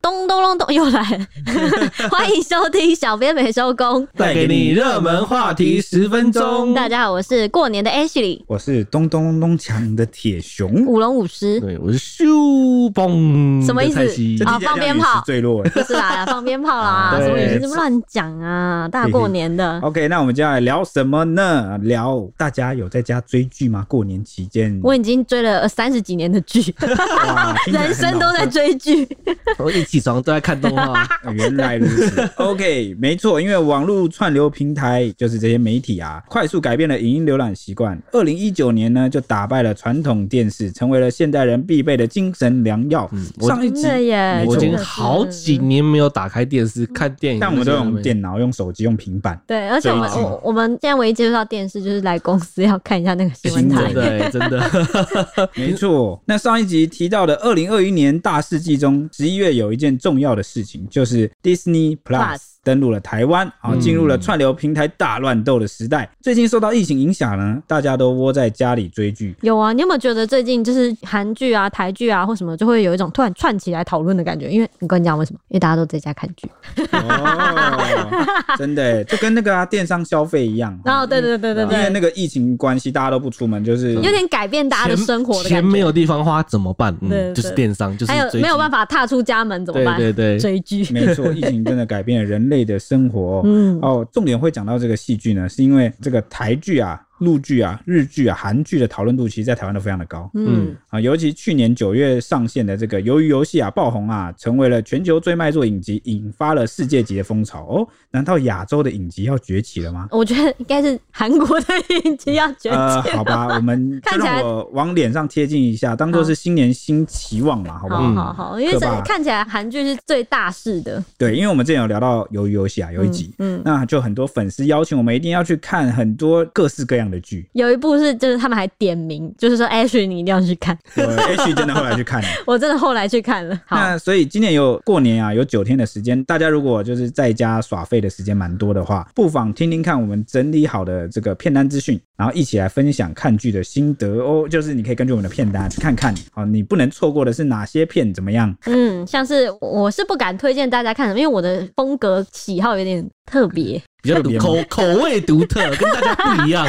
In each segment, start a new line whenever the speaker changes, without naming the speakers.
咚咚咚咚，又来 了！欢迎收听《小编没收工》，
带给你热门话题十分钟。
大家好，我是过年的 Ashley，
我是咚咚咚咚锵的铁熊，
舞龙舞狮，
对，我是咻嘣，
什么意思
蔡西
啊放鞭炮
坠 落。
不是啦，放鞭炮 啦，
啊对嗯
什么语气这么乱讲啊？大过年 的，
OK，那我们接下来聊什么呢？聊大家有在家追剧吗？过年期间，
我已经追了三十几年的 剧，
哇听起来
人
很
生都
老
在追剧，
我一起床都在看动画，
哦原来如 此。OK，没错，因为网络串流平台就是这些媒体啊，快速改变了影音浏览习惯。二零一九年呢，就打败了传统电视，成为了现代人必备的精神良药。
我
上一
真
集
的耶
没！ 错
我已经
真的是
好几年没有打开电视看电影，
但我们都用电脑、用手机、用平板。
对，而且我们
追剧
我我们现在唯一接触到电视就是来公司要看一下那个新闻
新
台
闻
真。的真的
没错，那上一集提到的二零二一年大事记中，十一月有一件重要的事情，就是 Disney
Plus
Plus 登陆了台湾，啊，
嗯
进入了串流平台大乱斗的时代。最近受到疫情影响呢，大家都窝在家里追 剧。
有啊，你有没有觉得最近就是韩剧啊、台剧啊或什么，就会有一种突然串起来讨论的感觉？因为你跟你讲为什么？因为大家都在家看 剧。
哦，真的耶，就跟那个啊电商消费一样，啊
然后，对对哦对对
因为
对，
那个疫情关系，大家都不出门，就是
有点改变 大家的生活的
钱
感觉。
没有地方花怎么办？
对
嗯，
对
就是电商，就是
还有
追
没有
剧
办法踏出家门怎么办？
对对对，
追剧。
没错，疫情真的改变了人类的生活、哦。
嗯
哦，重点会讲到这个戏剧呢，是因为这个台剧啊、陆剧啊、日剧啊、韩剧的讨论度，其实在台湾都非常的高。
嗯，
啊，尤其去年九月上线的这个《鱿鱼游戏》啊，爆红啊，成为了全球最卖座影集，引发了世界级的风潮。哦，难道亚洲的影集要崛起了吗？
我觉得应该是韩国的影集要崛
呃，
起。
好吧，我们就
看起来
让我往脸上贴近一下，当做是新年新期望嘛，好不好？
好
嗯
好好，因为这
可怕
看起来韩剧是最大势的。
对，因为我们之前有聊到《鱿鱼游戏》啊，有一集，
嗯，嗯
那就很多粉丝邀请我们一定要去看很多各式各样的剧。
有一部是就是他们还点名，就是说 Ashley 你一定要去看。
我 H 真的后来去看了。
我真的后来去看了。好，
那所以今年有过年啊，有九天的时间，大家如果就是在家耍废的时间蛮多的话，不妨听听看我们整理好的这个片单资讯，然后一起来分享看剧的心得哦。就是你可以根据我们的片单去看看，好，你不能错过的是哪些片，怎么样？
嗯，像是我是不敢推荐大家看什么，因为我的风格喜好有点特别，
比较
特别
独
吗
口口味独 特，跟大家不一样。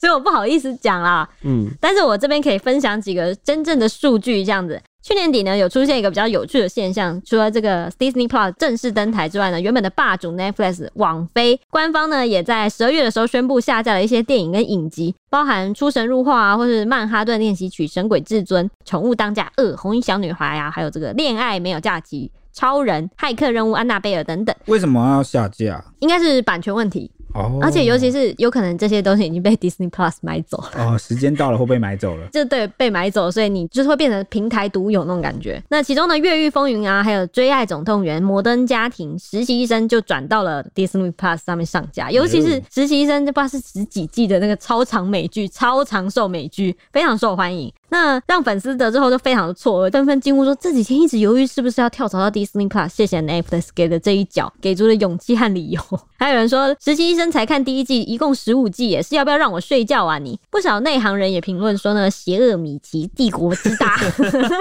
所以我不好意思讲啦。
嗯，
但是我这边可以分享几个真正的数据，这样子。去年底呢，有出现一个比较有趣的现象，除了这个 Disney Plus 正式登台之外呢，原本的霸主 Netflix 网飞官方呢，也在十二月的时候宣布下架了一些电影跟影集，包含《出神入化》啊，或是《曼哈顿练习曲》《神鬼至尊》《宠物当家二》《红衣小女孩》啊，还有这个《恋爱没有假期》《超人》《骇客任务》《安娜贝尔》等等，
为什么要下架？
应该是版权问题，
哦，
而且尤其是有可能这些东西已经被 Disney Plus 买走了。
哦，时间到了会被买走了。
就对被买走，所以你就是会变成平台独有那种感觉。那其中的《越狱风云》啊，还有《追爱总动员》《摩登家庭》《实习医生》就转到了 Disney Plus 上面上架，尤其是《实习医生》，不知道是十几季的那个超长美剧，超长寿美剧，非常受欢迎。那让粉丝得知后就非常的错愕，纷纷惊呼说这几天一直犹豫是不是要跳槽到 Disney Plus，谢谢 Netflix 给的这一脚，给足了勇气和理由。还有人说实习医生才看第一季，一共十五季耶，也是要不要让我睡觉啊你？不少内行人也评论说呢，邪恶米奇帝国之大，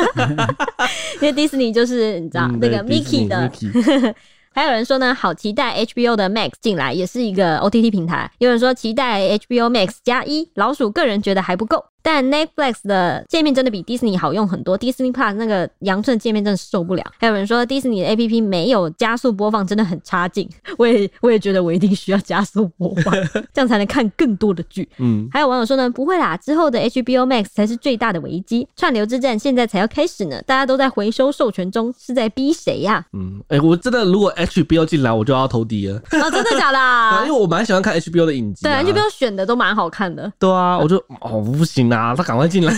因为 Disney 就是你知道、
嗯
那个
对
Mickey
Disney，
的
Mickey
还有人说呢，好期待 HBO 的 Max 进来，也是一个 OTT 平台。有人说期待 HBO Max 加一，老鼠个人觉得还不够，但 Netflix 的界面真的比 Disney 好用很多，Disney Plus 那个洋寸界面真的受不了。还有人说 Disney 的 APP 没有加速播放，真的很差劲。 我也我也觉得我一定需要加速播放，这样才能看更多的剧。
嗯，
还有网友说呢，不会啦，之后的 HBO Max 才是最大的危机，串流之战现在才要开始呢，大家都在回收授权中，是在逼谁呀、
嗯，哎、我真的如果 HBO 进来，我就要投敌了，
哦，真的假的、啊
因为？我蛮喜欢看 HBO 的影集、
对
啊。
，HBO 选的都蛮好看 的，
对啊，我就哦不行啊，他赶 快进来。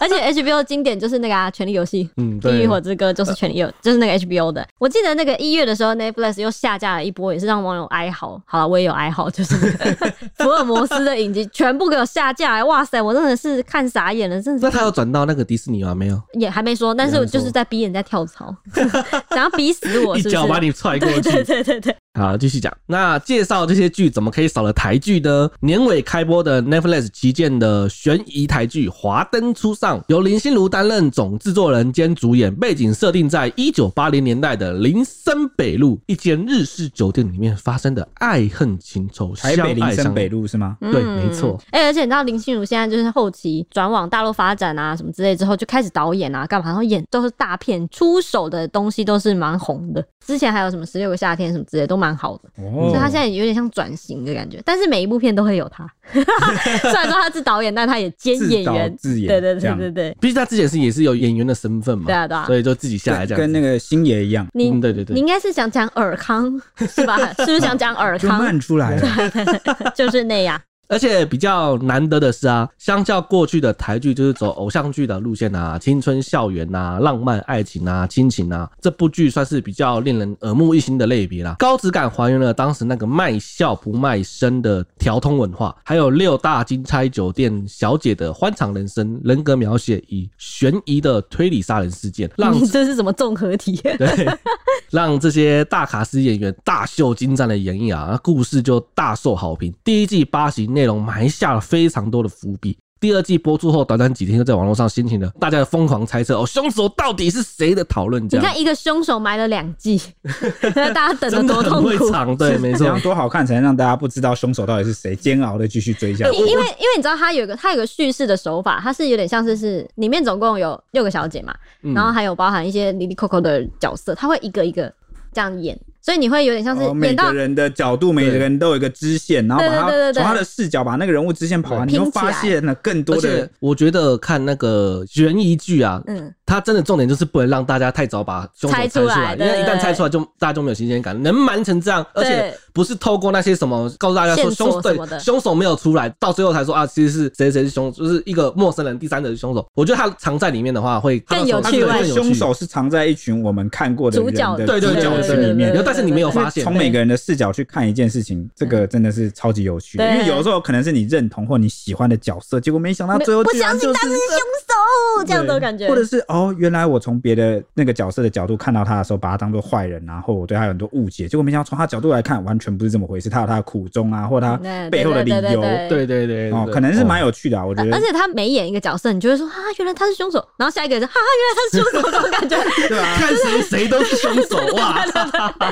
而且 HBO 经典就是那个、啊《权力游戏》。
嗯，
地
对
狱，火之歌就是权力游，就是那个 HBO 的。我记得那个一月的时候，Netflix 又下架了一波，也是让网友哀嚎。好了，我也有哀嚎，就是那个 福尔摩斯的影集全部给我下架、哇塞，我真的是看傻眼了，真的
那
是
他有转到那个迪士尼吗？没有，
也还没 说，但是我就是在逼人家跳槽，想要逼死我，
一
是不
脚把
是？
你踹过
对
去。
对对对对。
好，继续讲。那介绍这些剧怎么可以少了台剧呢？年尾开播的 Netflix 旗舰的悬疑台剧《华灯初上》，由林心如担任总制作人兼主演，背景设定在一九八零年代的林森北路一间日式酒店里面发生的爱恨情仇，
台北林森北
路。
路是吗？
对没错
哎、而且你知道林心如现在就是后期转往大陆发展啊，什么之类之后就开始导演啊，干嘛？然后演都是大片，出手的东西都是蛮红的。之前还有什么十六个夏天什么之类都蛮好的，
哦
所以他现在有点像转型的感觉。但是每一部片都会有他，虽然说他是导演，但他也兼
自
演
导
员。
自演，
对对
这
对
样
对对，
毕竟他之前是也是有演员的身份嘛，
对啊对啊
所以就自己下来这
跟
样
跟
子。
那个星爷一样，
你、
嗯，对对
你
对
应，该是想讲尔康是吧？是不是想讲尔
就
康？
慢出来了。
就是那样。
而且比较难得的是啊，相较过去的台剧就是走偶像剧的路线啊，青春校园啊、浪漫爱情啊、亲情啊，这部剧算是比较令人耳目一新的类别啦。高质感还原了当时那个卖笑不卖身的调通文化，还有六大金钗酒店小姐的欢场人生，人格描写以悬疑的推理杀人事件，让
你这是什么综合体？
对， 让这些大卡司演员大秀精湛的演绎啊，那故事就大受好评。第一季八集内容埋下了非常多的伏笔。第二季播出后，短短几天就在网络上掀起了大家的疯狂猜测哦，凶手到底是谁的讨论。这
你
样
看一个凶手埋了两季，大家等
真
的多
的很
痛
会
苦。
藏，对，没
怎
错
样。多好看才能让大家不知道凶手到底是谁，煎熬的继续追下去。
因因为因为你知道它有一个它有一个叙事的手法，它是有点像是是里面总共有六个小姐嘛，
嗯
然后还有包含一些里里扣扣的角色，它会一个一个这样演，所以你会有点像是
哦，每
演到
个人的角度，每个人都有一个支线，然后把
对对
他
对对
从他的视角把那个人物支线跑完，你
对
又发现了更多
而且
的。
我觉得看那个悬疑剧啊，
嗯，
它真的重点就是不能让大家太早把凶手
猜
猜出
出
来，
来
因为一
对
旦猜出来就大家就没有新鲜感。能瞒成这样，而且
对
不是透过那些什么告诉大家说
线索
凶对
什么的
凶手没有出来，到最后才说啊，其实是谁谁是凶，手，就是一个陌生人，第三者是凶手。我觉得他藏在里面的话会
更有
他
趣
会
味
更有趣
凶手是藏在一群我们看过的人
主角
的
对对
主
对
角
对
群
对
里面
然。后但是你没有发现
从每个人的视角去看一件事情，这个真的是超级有趣。
嗯
因
对
为有的时候可能是你认同或你喜欢的角色，结果没想到
没
最后
不
居然
相信
就是呃
他是凶手，这样的感觉，
或者是哦，原来我从别的那个角色的角度看到他的时候，把他当做坏人，然后我对他有很多误解，结果没想到从他角度来看，完全不是这么回事，他有他的苦衷啊，或他
嗯
背后的理
对对
由，
对
对对对
哦，可能是蛮
有。
有趣的啊，我觉
而
得。
且他每演一个角色，你就会说啊，原来他是凶手，然后下一个人说哈、啊，原来他是凶手，这种感 觉
对啊，
看谁谁都是凶手 哇！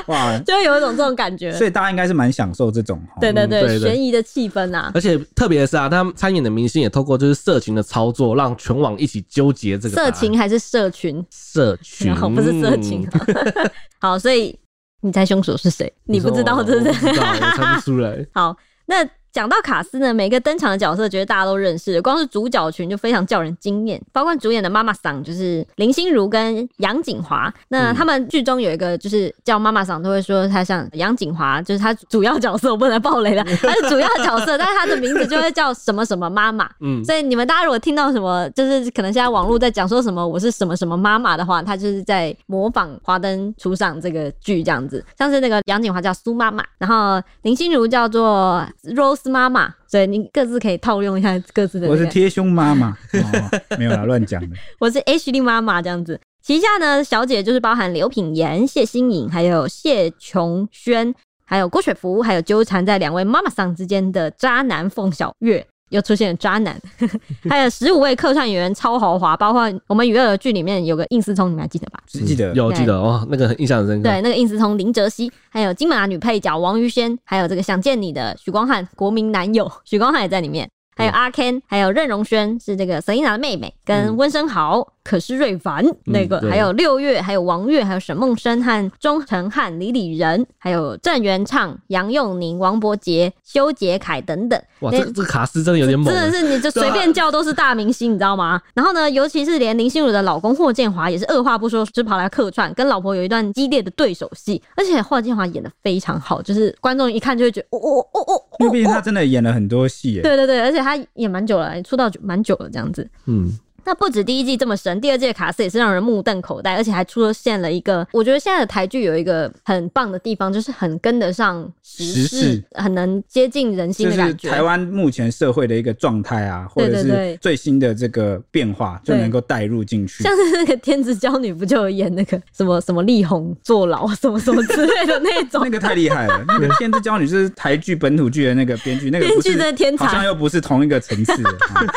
哇，
就会有一种这种感觉。
所以大家应该是蛮享受这种哦
对对
对对
对，悬疑的气氛啊，
而且特别的是啊，他们参演的明星也透过就是社群的操作，让全网一起纠结这个答
色
案嗯
情还是社群？
社群
然后不是色情。 好，所以你猜凶手是谁？你不知道，
对
对不对？
啊我不知道，我猜不出来。
好， 那讲到卡斯呢，每个登场的角色，觉得大家都认识，光是主角群就非常叫人惊艳，包括主演的妈妈桑，就是林心如跟杨锦华。
嗯
那他们剧中有一个就是叫妈妈桑，都会说她像杨锦华，就是她主要角色，我不能爆雷了，她是主要角色，但是她的名字就会叫什么什么妈妈。
嗯，
所以你们大家如果听到什么，就是可能现在网络在讲说什么我是什么什么妈妈的话，她就是在模仿《华灯初上》这个剧这样子。像是那个杨锦华叫苏妈妈，然后林心如叫做 Rose 妈妈，所以你各自可以套用一下各自的、那个。
我是贴胸妈妈， 哦没有啦，乱讲的。
我是 H 丽妈妈这样子。旗下呢，小姐就是包含刘品言、谢欣颖，还有谢琼轩，还有郭雪芙，还有纠缠在两位妈妈桑之间的渣男凤小岳。又出现了渣男， 还有十五位客串演员超豪华，包括我们娱乐剧里面有个应思聪，你们还记得吧？
记得
有记得哦，那个很印象很深刻。
对，那个应思聪、林哲熙，还有金马女配角王于轩，还有这个想见你的许光汉国民男友许光汉也在里面，还有阿 Ken，还有任容萱是这个 Selina 的妹妹，跟
嗯
温升豪、可是瑞凡那个，
对
还有六月，还有王月，还有沈梦生和钟成汉、李李仁，还有郑元畅、杨佑宁、王伯杰、修杰楷等等。
哇，
那
这这个卡斯真的有点猛
真。的是你就随便叫都是大明星，你知道吗？然后呢，尤其是连林心如的老公霍建华也是二话不说就跑来客串，跟老婆有一段激烈的对手戏，而且霍建华演的非常好，就是观众一看就会觉得哦哦哦哦
因为
哦，
毕竟他真的演了很多戏耶，
哎对对对，而且他也蛮久了，出道久蛮久了这样子。
嗯，
那不止第一季这么神，第二季的卡斯也是让人目瞪口呆，而且还出现了一个，我觉得现在的台剧有一个很棒的地方，就是很跟得上时
时事
事，很能接近人心
就
的
是
感觉。
台湾目前社会的一个状态啊，或
对
者
对
是
对
最新的这个变化，就
对
能够带入进 去。
像是那个天之娇女，不就有演那个什么什么力宏坐牢什么什么之类的那种
那？个太厉 害了，那个《天之娇女》就是台剧本土剧的那个编剧，那个
编
不
剧
是
真的天才
好像又不是同一个层次的。嗯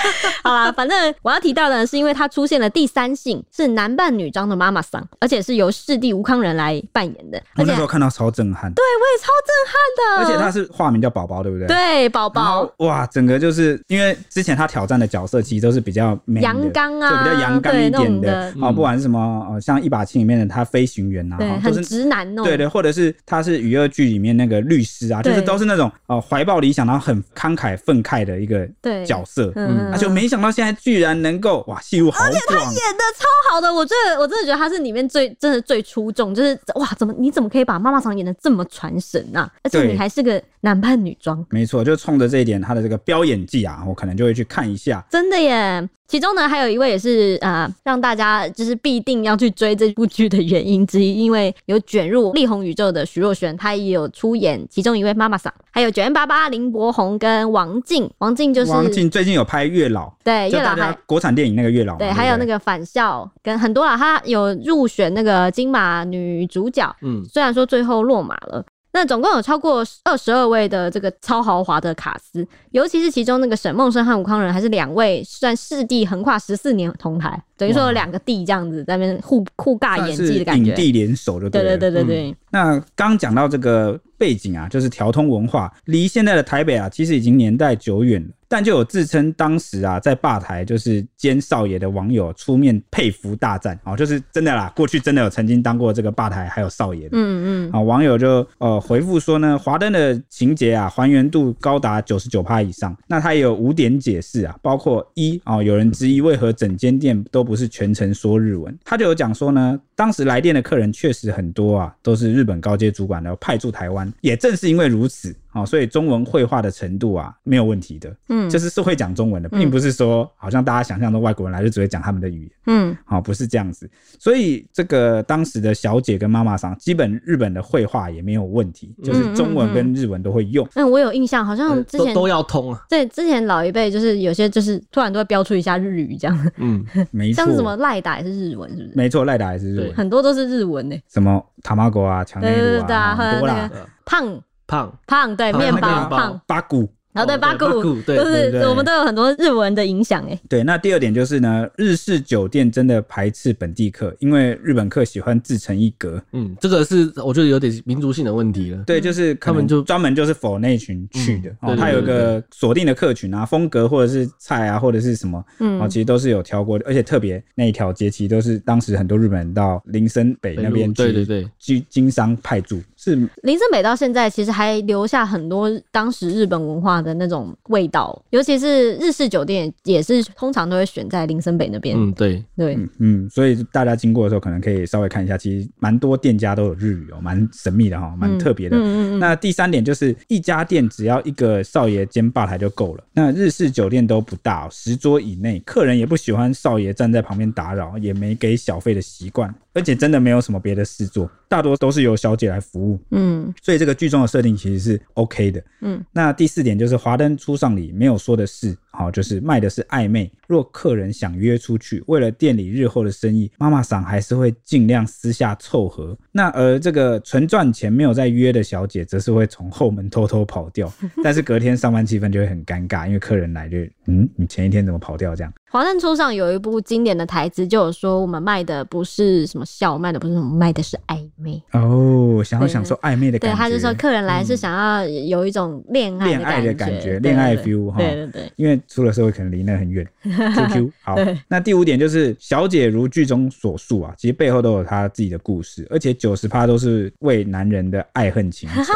好啦，反正我要提到的是，因为她出现了第三性，是男扮女装的妈妈桑，而且是由师弟吴康仁来扮演的，
我
而且
哦那时候看到超震撼，
对我也超震撼的，
而且他是化名叫宝宝，对不对？。
对宝宝。
哇，整个就是因为之前他挑战的角色其实都是比较 man 的
阳刚啊
就比较阳刚一点
对那
的
种的
哦，不管是什么呃，像一把青里面的他飞行员啊，
对，
哦都
很
是
直男哦、
对的，或者是他是娱乐剧里面那个律师啊，就是
对
都是那种呃怀抱理想，然后很慷慨愤慨的一个
对
角色。
嗯，
啊，就没想到现在居然能够哇，戏路好广，
演的超好的，我真的我真的觉得他是里面最真的最出众，就是哇，怎么你怎么可以把妈妈桑演的这么传神啊？而且
对
你还是个男扮女装，
没错，就冲着这一点，他的这个飙演技啊，我可能就会去看一下。
真的耶！其中呢，还有一位也是呃，让大家就是必定要去追这部剧的原因之一，因为有卷入力宏宇宙的徐若瑄，她也有出演其中一位妈妈桑，还有九零八八林柏宏跟王静，王静就是
王静最近有拍《月老》，
对
就
月
大
老
家
还。
国产电影那个《月老》嘛，
对，
不
还有那个返校跟很多啊，她有入选那个金马女主角，
嗯，
虽然说最后落马了。那总共有超过二十二位的这个超豪华的卡司，尤其是其中那个沈梦生和吴康仁，还是两位算师弟横跨十四年同台，等于说有两个弟这样子在那边互互尬
算
啊演
是
技的感
影
觉。
帝联手就
对
了
对对对对，
那刚讲到这个背景啊，就是调通文化，离现在的台北啊，其实已经年代久远了。但就有自称当时啊，在吧台就是兼少爷的网友出面佩服大赞哦，就是真的啦，过去真的有曾经当过这个吧台还有少爷的。
嗯嗯
啊，网友就呃回复说呢，华灯的情节啊，还原度高达九十九趴以上。那他也有五点解释啊，包括一啊、有人质疑为何整间店都不是全程说日文，他就有讲说呢，当时来电的客人确实很多啊，都是日本高阶主管然后派驻台湾，也正是因为如此。啊，所以中文绘画的程度啊，没有问题的，
嗯，
就是是是会讲中文的，
嗯
并不是说好像大家想象中外国人来就只会讲他们的语言。
嗯
好、不是这样子。所以这个当时的小姐跟妈妈桑，基本日本的绘画也没有问题，就是中文跟日文都会用。
嗯，我有印象，好像之
都
前
都要通啊，
对之前老一辈就是有些就是突然都会标出一下日语这样，
嗯，
没错
像，是什么赖打也是日文，是不是？
没错，赖达还是日文
对，
很多都是日文呢。
什么塔玛狗啊、强内
对
乳
对对
啊，
啊
很多啦
还有那，胖
胖
胖对
胖
面
那个
包
面包
胖，
八股。
然后对
哦对
八
八
股嗯
股，对
就
对对
是我们都有很多日文的影响哎。
对，那第二点就是呢，日式酒店真的排斥本地客，因为日本客喜欢自成一格。
嗯，这个是我觉得有点民族性的问题了。
嗯
对，就是可
他们
能
就
专门就是否那群去的，
嗯对
哦，
对
他有一
对
个锁定的客群啊，风格或者是菜啊，或者是什么，
嗯
哦，其实都是有挑过的，而且特别那一条街，其实都是当时很多日本人到林森北那边去，
对对对，
居经商派驻，是
林森北到现在其实还留下很多当时日本文化的那种味道，尤其是日式酒店也是通常都会选在林森北那边。
嗯对，
对，
嗯嗯，所以大家经过的时候，可能可以稍微看一下，其实蛮多店家都有日语哦，蛮神秘的哈、蛮特别的。
嗯嗯嗯
那第三点就是，一家店只要一个少爷兼吧台就够了。那日式酒店都不大、哦，十桌以内，客人也不喜欢少爷站在旁边打扰，也没给小费的习惯，而且真的没有什么别的事做，大多都是由小姐来服务。
嗯
所以这个剧中的设定其实是 OK 的。
嗯，
那第四点就是华灯初上里没有说的是，好、就是卖的是暧昧。若客人想约出去，为了店里日后的生意，妈妈桑还是会尽量私下凑合。那而这个纯赚钱没有在约的小姐，则是会从后门偷偷跑掉，但是隔天上班气氛就会很尴尬，因为客人来就嗯，你前一天怎么跑掉这样？
华灯初上有一部经典的台词，就有说我们卖的不是什么笑，卖的不是什么，卖的是暧昧。
哦，想要享受暧昧的
对，
感觉。
他就说客人来是想要有一种恋爱
恋爱的感觉
觉，
恋爱
对对
feel，哈
对对对，
因为出了社会可能离那很远。QQ 好
对，
那第五点就是小姐如剧中所述啊，其实背后都有她自己的故事，而且九十趴都是为男人的爱恨情仇。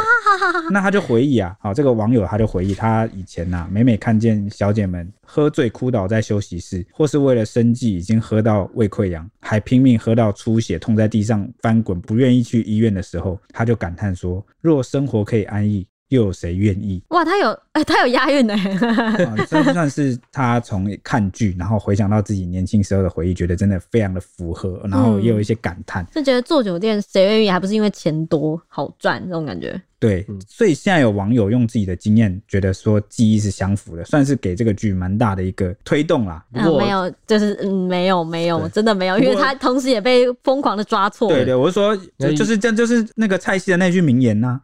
那她就回忆啊，好，这个网友他就回忆他以前呐、每每看见小姐们喝醉哭倒在休息室，或是为了生计已经喝到胃溃疡，还拼命喝到出血，痛在地上翻滚，不愿意去医院的时候，他就感叹说：若生活可以安逸，又有谁愿意？
哇，他有，哎、他有押韵欸呢、
啊，这算是他从看剧，然后回想到自己年轻时候的回忆，觉得真的非常的符合，然后也
嗯
有一些感叹。
就觉得做酒店谁愿意，还不是因为钱多好赚这种感觉。
对，所以现在有网友用自己的经验，觉得说记忆是相符的，算是给这个剧蛮大的一个推动啦。
不过
啊、没有，就是嗯，没有，没有，
对
真的没有，
不
因
过
为他同时也被疯狂的抓错。
对对，我是说，就
嗯
就是这就是那个蔡西的那句名言 呐、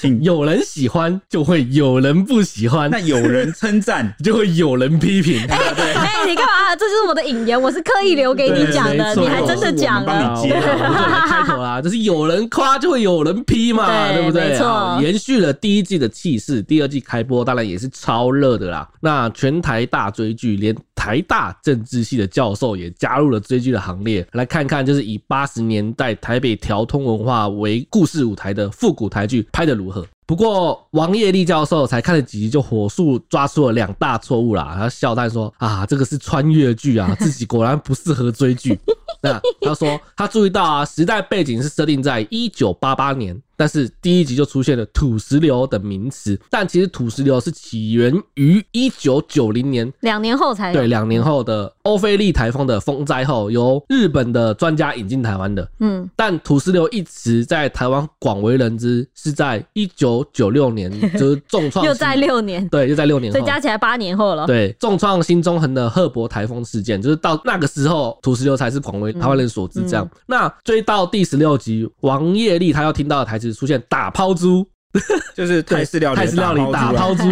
请
有人喜欢就会有人不喜欢，
那，有人称赞
就会有人 批评。
哎、你干嘛、这就是我的引言，我是刻意留给你讲的，
对
你
没错
还真的讲
我们帮
了。
你
我
接
我就来开 头啦，就是有人夸就会有人批嘛，
对
对不对？
没错
好延续了第一季的气势，第二季开播当然也是超热的啦。那全台大追剧，连台大政治系的教授也加入了追剧的行列。来看看，就是以八十年代台北调通文化为故事舞台的复古台剧拍得如何。不过，王业立教授才看了几集就火速抓出了两大错误啦。他笑叹说：“啊，这个是穿越 剧啊，自己果然不适合追剧。”那他说他注意到啊，时代背景是设定在一九八八年，但是第一集就出现了土石流等名词，但其实土石流是起源于一九九零年
两年后才有
对，两年后的欧菲利台风的风灾后，由日本的专家引进台湾的。
嗯，
但土石流一词在台湾广为人知，是在一九九六年，就是重 创
又在
新
六年，
对，又在六年
所以
后。
加起来八年后了。
对，重创新中横的赫伯台风事件，就是到那个时候，土石流才是广为台湾人所知。这样，那追到第十六集，王业力他要听到的台词出现“打抛猪
就是”，泰式料理，
泰式料理打
包
抛猪，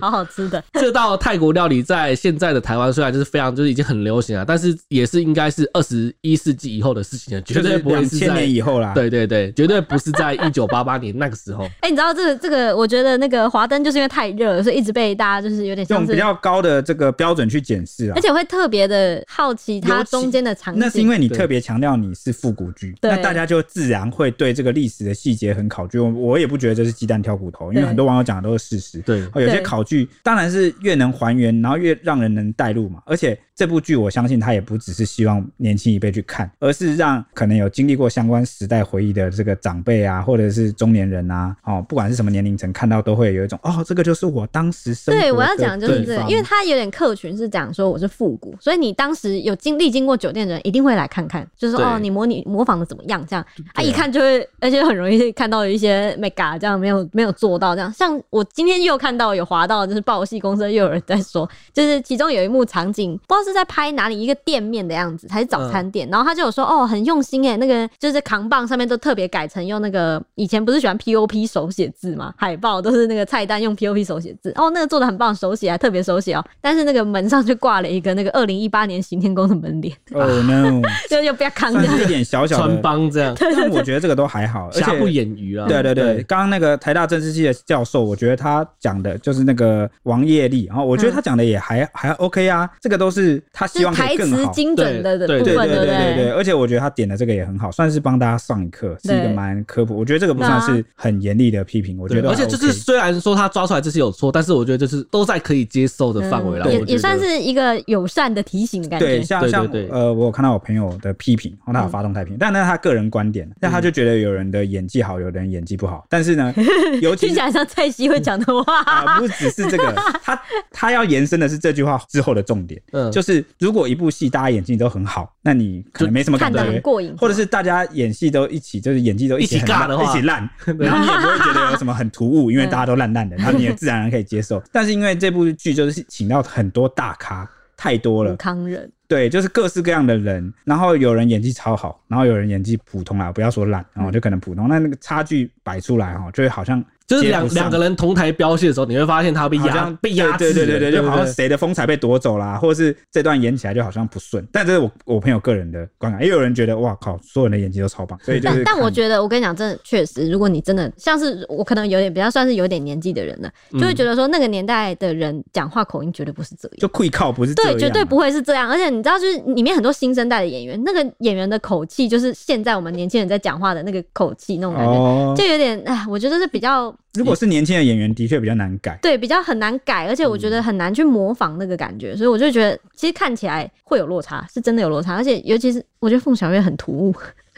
好好吃的，
这道泰国料理在现在的台湾虽然就是非常就是已经很流行啊了，但是也是应该是二十一世纪以后的事情了，绝
就是
对不会
两
是
千
在
年以后啊啦。
对对对，绝对不是在一九八八年那个时候。
哎、你知道这个这个？我觉得那个华灯就是因为太热了，所以一直被大家就是有点像
用
是
比，较高的这个标准去检视啊
而。且会特别的好奇它
尤其
中间的场景。
那是因为你
对
特别强调你是复古剧，
对
那大家就自然会对这个历史的细节很考据。我我也不觉得这是鸡蛋挑骨头，因为
对
很多网友讲的都是事实。
对
哦有些
对
考据当然是越能还原，然后越让人能带入嘛。而且这部剧，我相信他也不只是希望年轻一辈去看，而是让可能有经历过相关时代回忆的这个长辈啊，或者是中年人啊，哦，不管是什么年龄层，看到都会有一种哦，这个就是我当时生活
对，我要
的
讲就是
地
这个，
方
因为它有点客群是讲说我是复古，所以你当时有经历经过酒店的人一定会来看看，就是说
对
哦，你模拟模仿的怎么样？这样，啊，
对啊
一看就会，而且很容易看到有一些 mega 这样没有没有做到这样。像我今天又看到有滑到，就是报系公司又有人在说，就是其中有一幕场景，不知道是在拍哪里一个店面的样子，还是早餐店，然后他就有说哦，很用心诶，那个就是扛棒上面都特别改成用那个以前不是喜欢 POP 手写字嘛，海报都是那个菜单用 POP 手写字，哦，那个做的很棒，手写还特别手写哦，但是那个门上就挂了一个那个二零一八年行天宫的门帘，
哦 no，
就就不要扛
算
着。
是一点小小
穿
的。
帮这样，
但 我觉得这个都还好，而
瑕
且
不掩瑜啊。
对对对，刚刚那个台大政治系的教授，我觉得他讲的就是那个王业力，然后我觉
嗯
得他讲的也还、还 OK 啊，这个都是他
就是
希望可
台
以更
词
好。
精准的
对
部
对
分，
对
不
对对对，？而且我觉得他点的这个也很好，算是帮大家上一课，是一个
对
蛮科普。我觉得这个不算是很严厉的批评，我觉
对，
得
而且
还
就是虽然说他抓出来这是有错，但是我觉得就是都在可以接受的范围啦。
嗯
也
我觉
也算
得
是一个友善的提醒的感
OK 对，
觉。
像
对对
像
对嗯
呃，我有看到我朋友的批评，然后他有发动太平，但那是他个人观点，但他就觉得有人的演技好，有人演技不好，但是 呢，尤其
听
是
起来像蔡西会讲的
啊、
话，
不只是这个，他他要延伸的是这句话之后的重点，
嗯
就是如果一部戏大家演技都很好，那你可能没什么感
看得很
觉，
过瘾，
或者是大家演戏都一起，就是演技都起
一起
很
尬的
烂一
话
起 烂，然后你也不会觉得有什么很突兀，因为大家都烂烂的，然后你也自然而然可以接受。但是因为这部剧就是请到很多大咖，太多了
武，康人，
对，就是各式各样的人，然后有人演技超好，然后有人演技普通啦，不要说烂，然后就可能普通，那那个差距摆出来哈，就会好像
就是
接不
两
上
两个人同台标戏的时候，你会发现他被
好
压
像
被压制
对
了，
对对对
对
对，
不
就好像谁的风采被夺走啦，或者是这段演起来就好像不顺。但这是我我朋友个人的观感，也有人觉得哇靠，所有人的演技都超棒，所以就是
但但我
看
觉得，我跟你讲，真的确实，如果你真的像是我，可能有点比较算是有点年纪的人了，就会觉得说那个年代的人讲话口音绝对不是这样。
嗯就愧靠不是这样
对，
啊
绝对不会是这样。而且你知道，就是里面很多新生代的演员，那个演员的口啊气，就是现在我们年轻人在讲话的那个口气，那种感觉，
哦。
就有点哎，我觉得是比较
如果是年轻的演员，的确比较 难改。
对，比较很难改，而且我觉
嗯
得很难去模仿那个感觉，所以我就觉得其实看起来会有落差，是真的有落差，而且尤其是我觉得凤小岳很突兀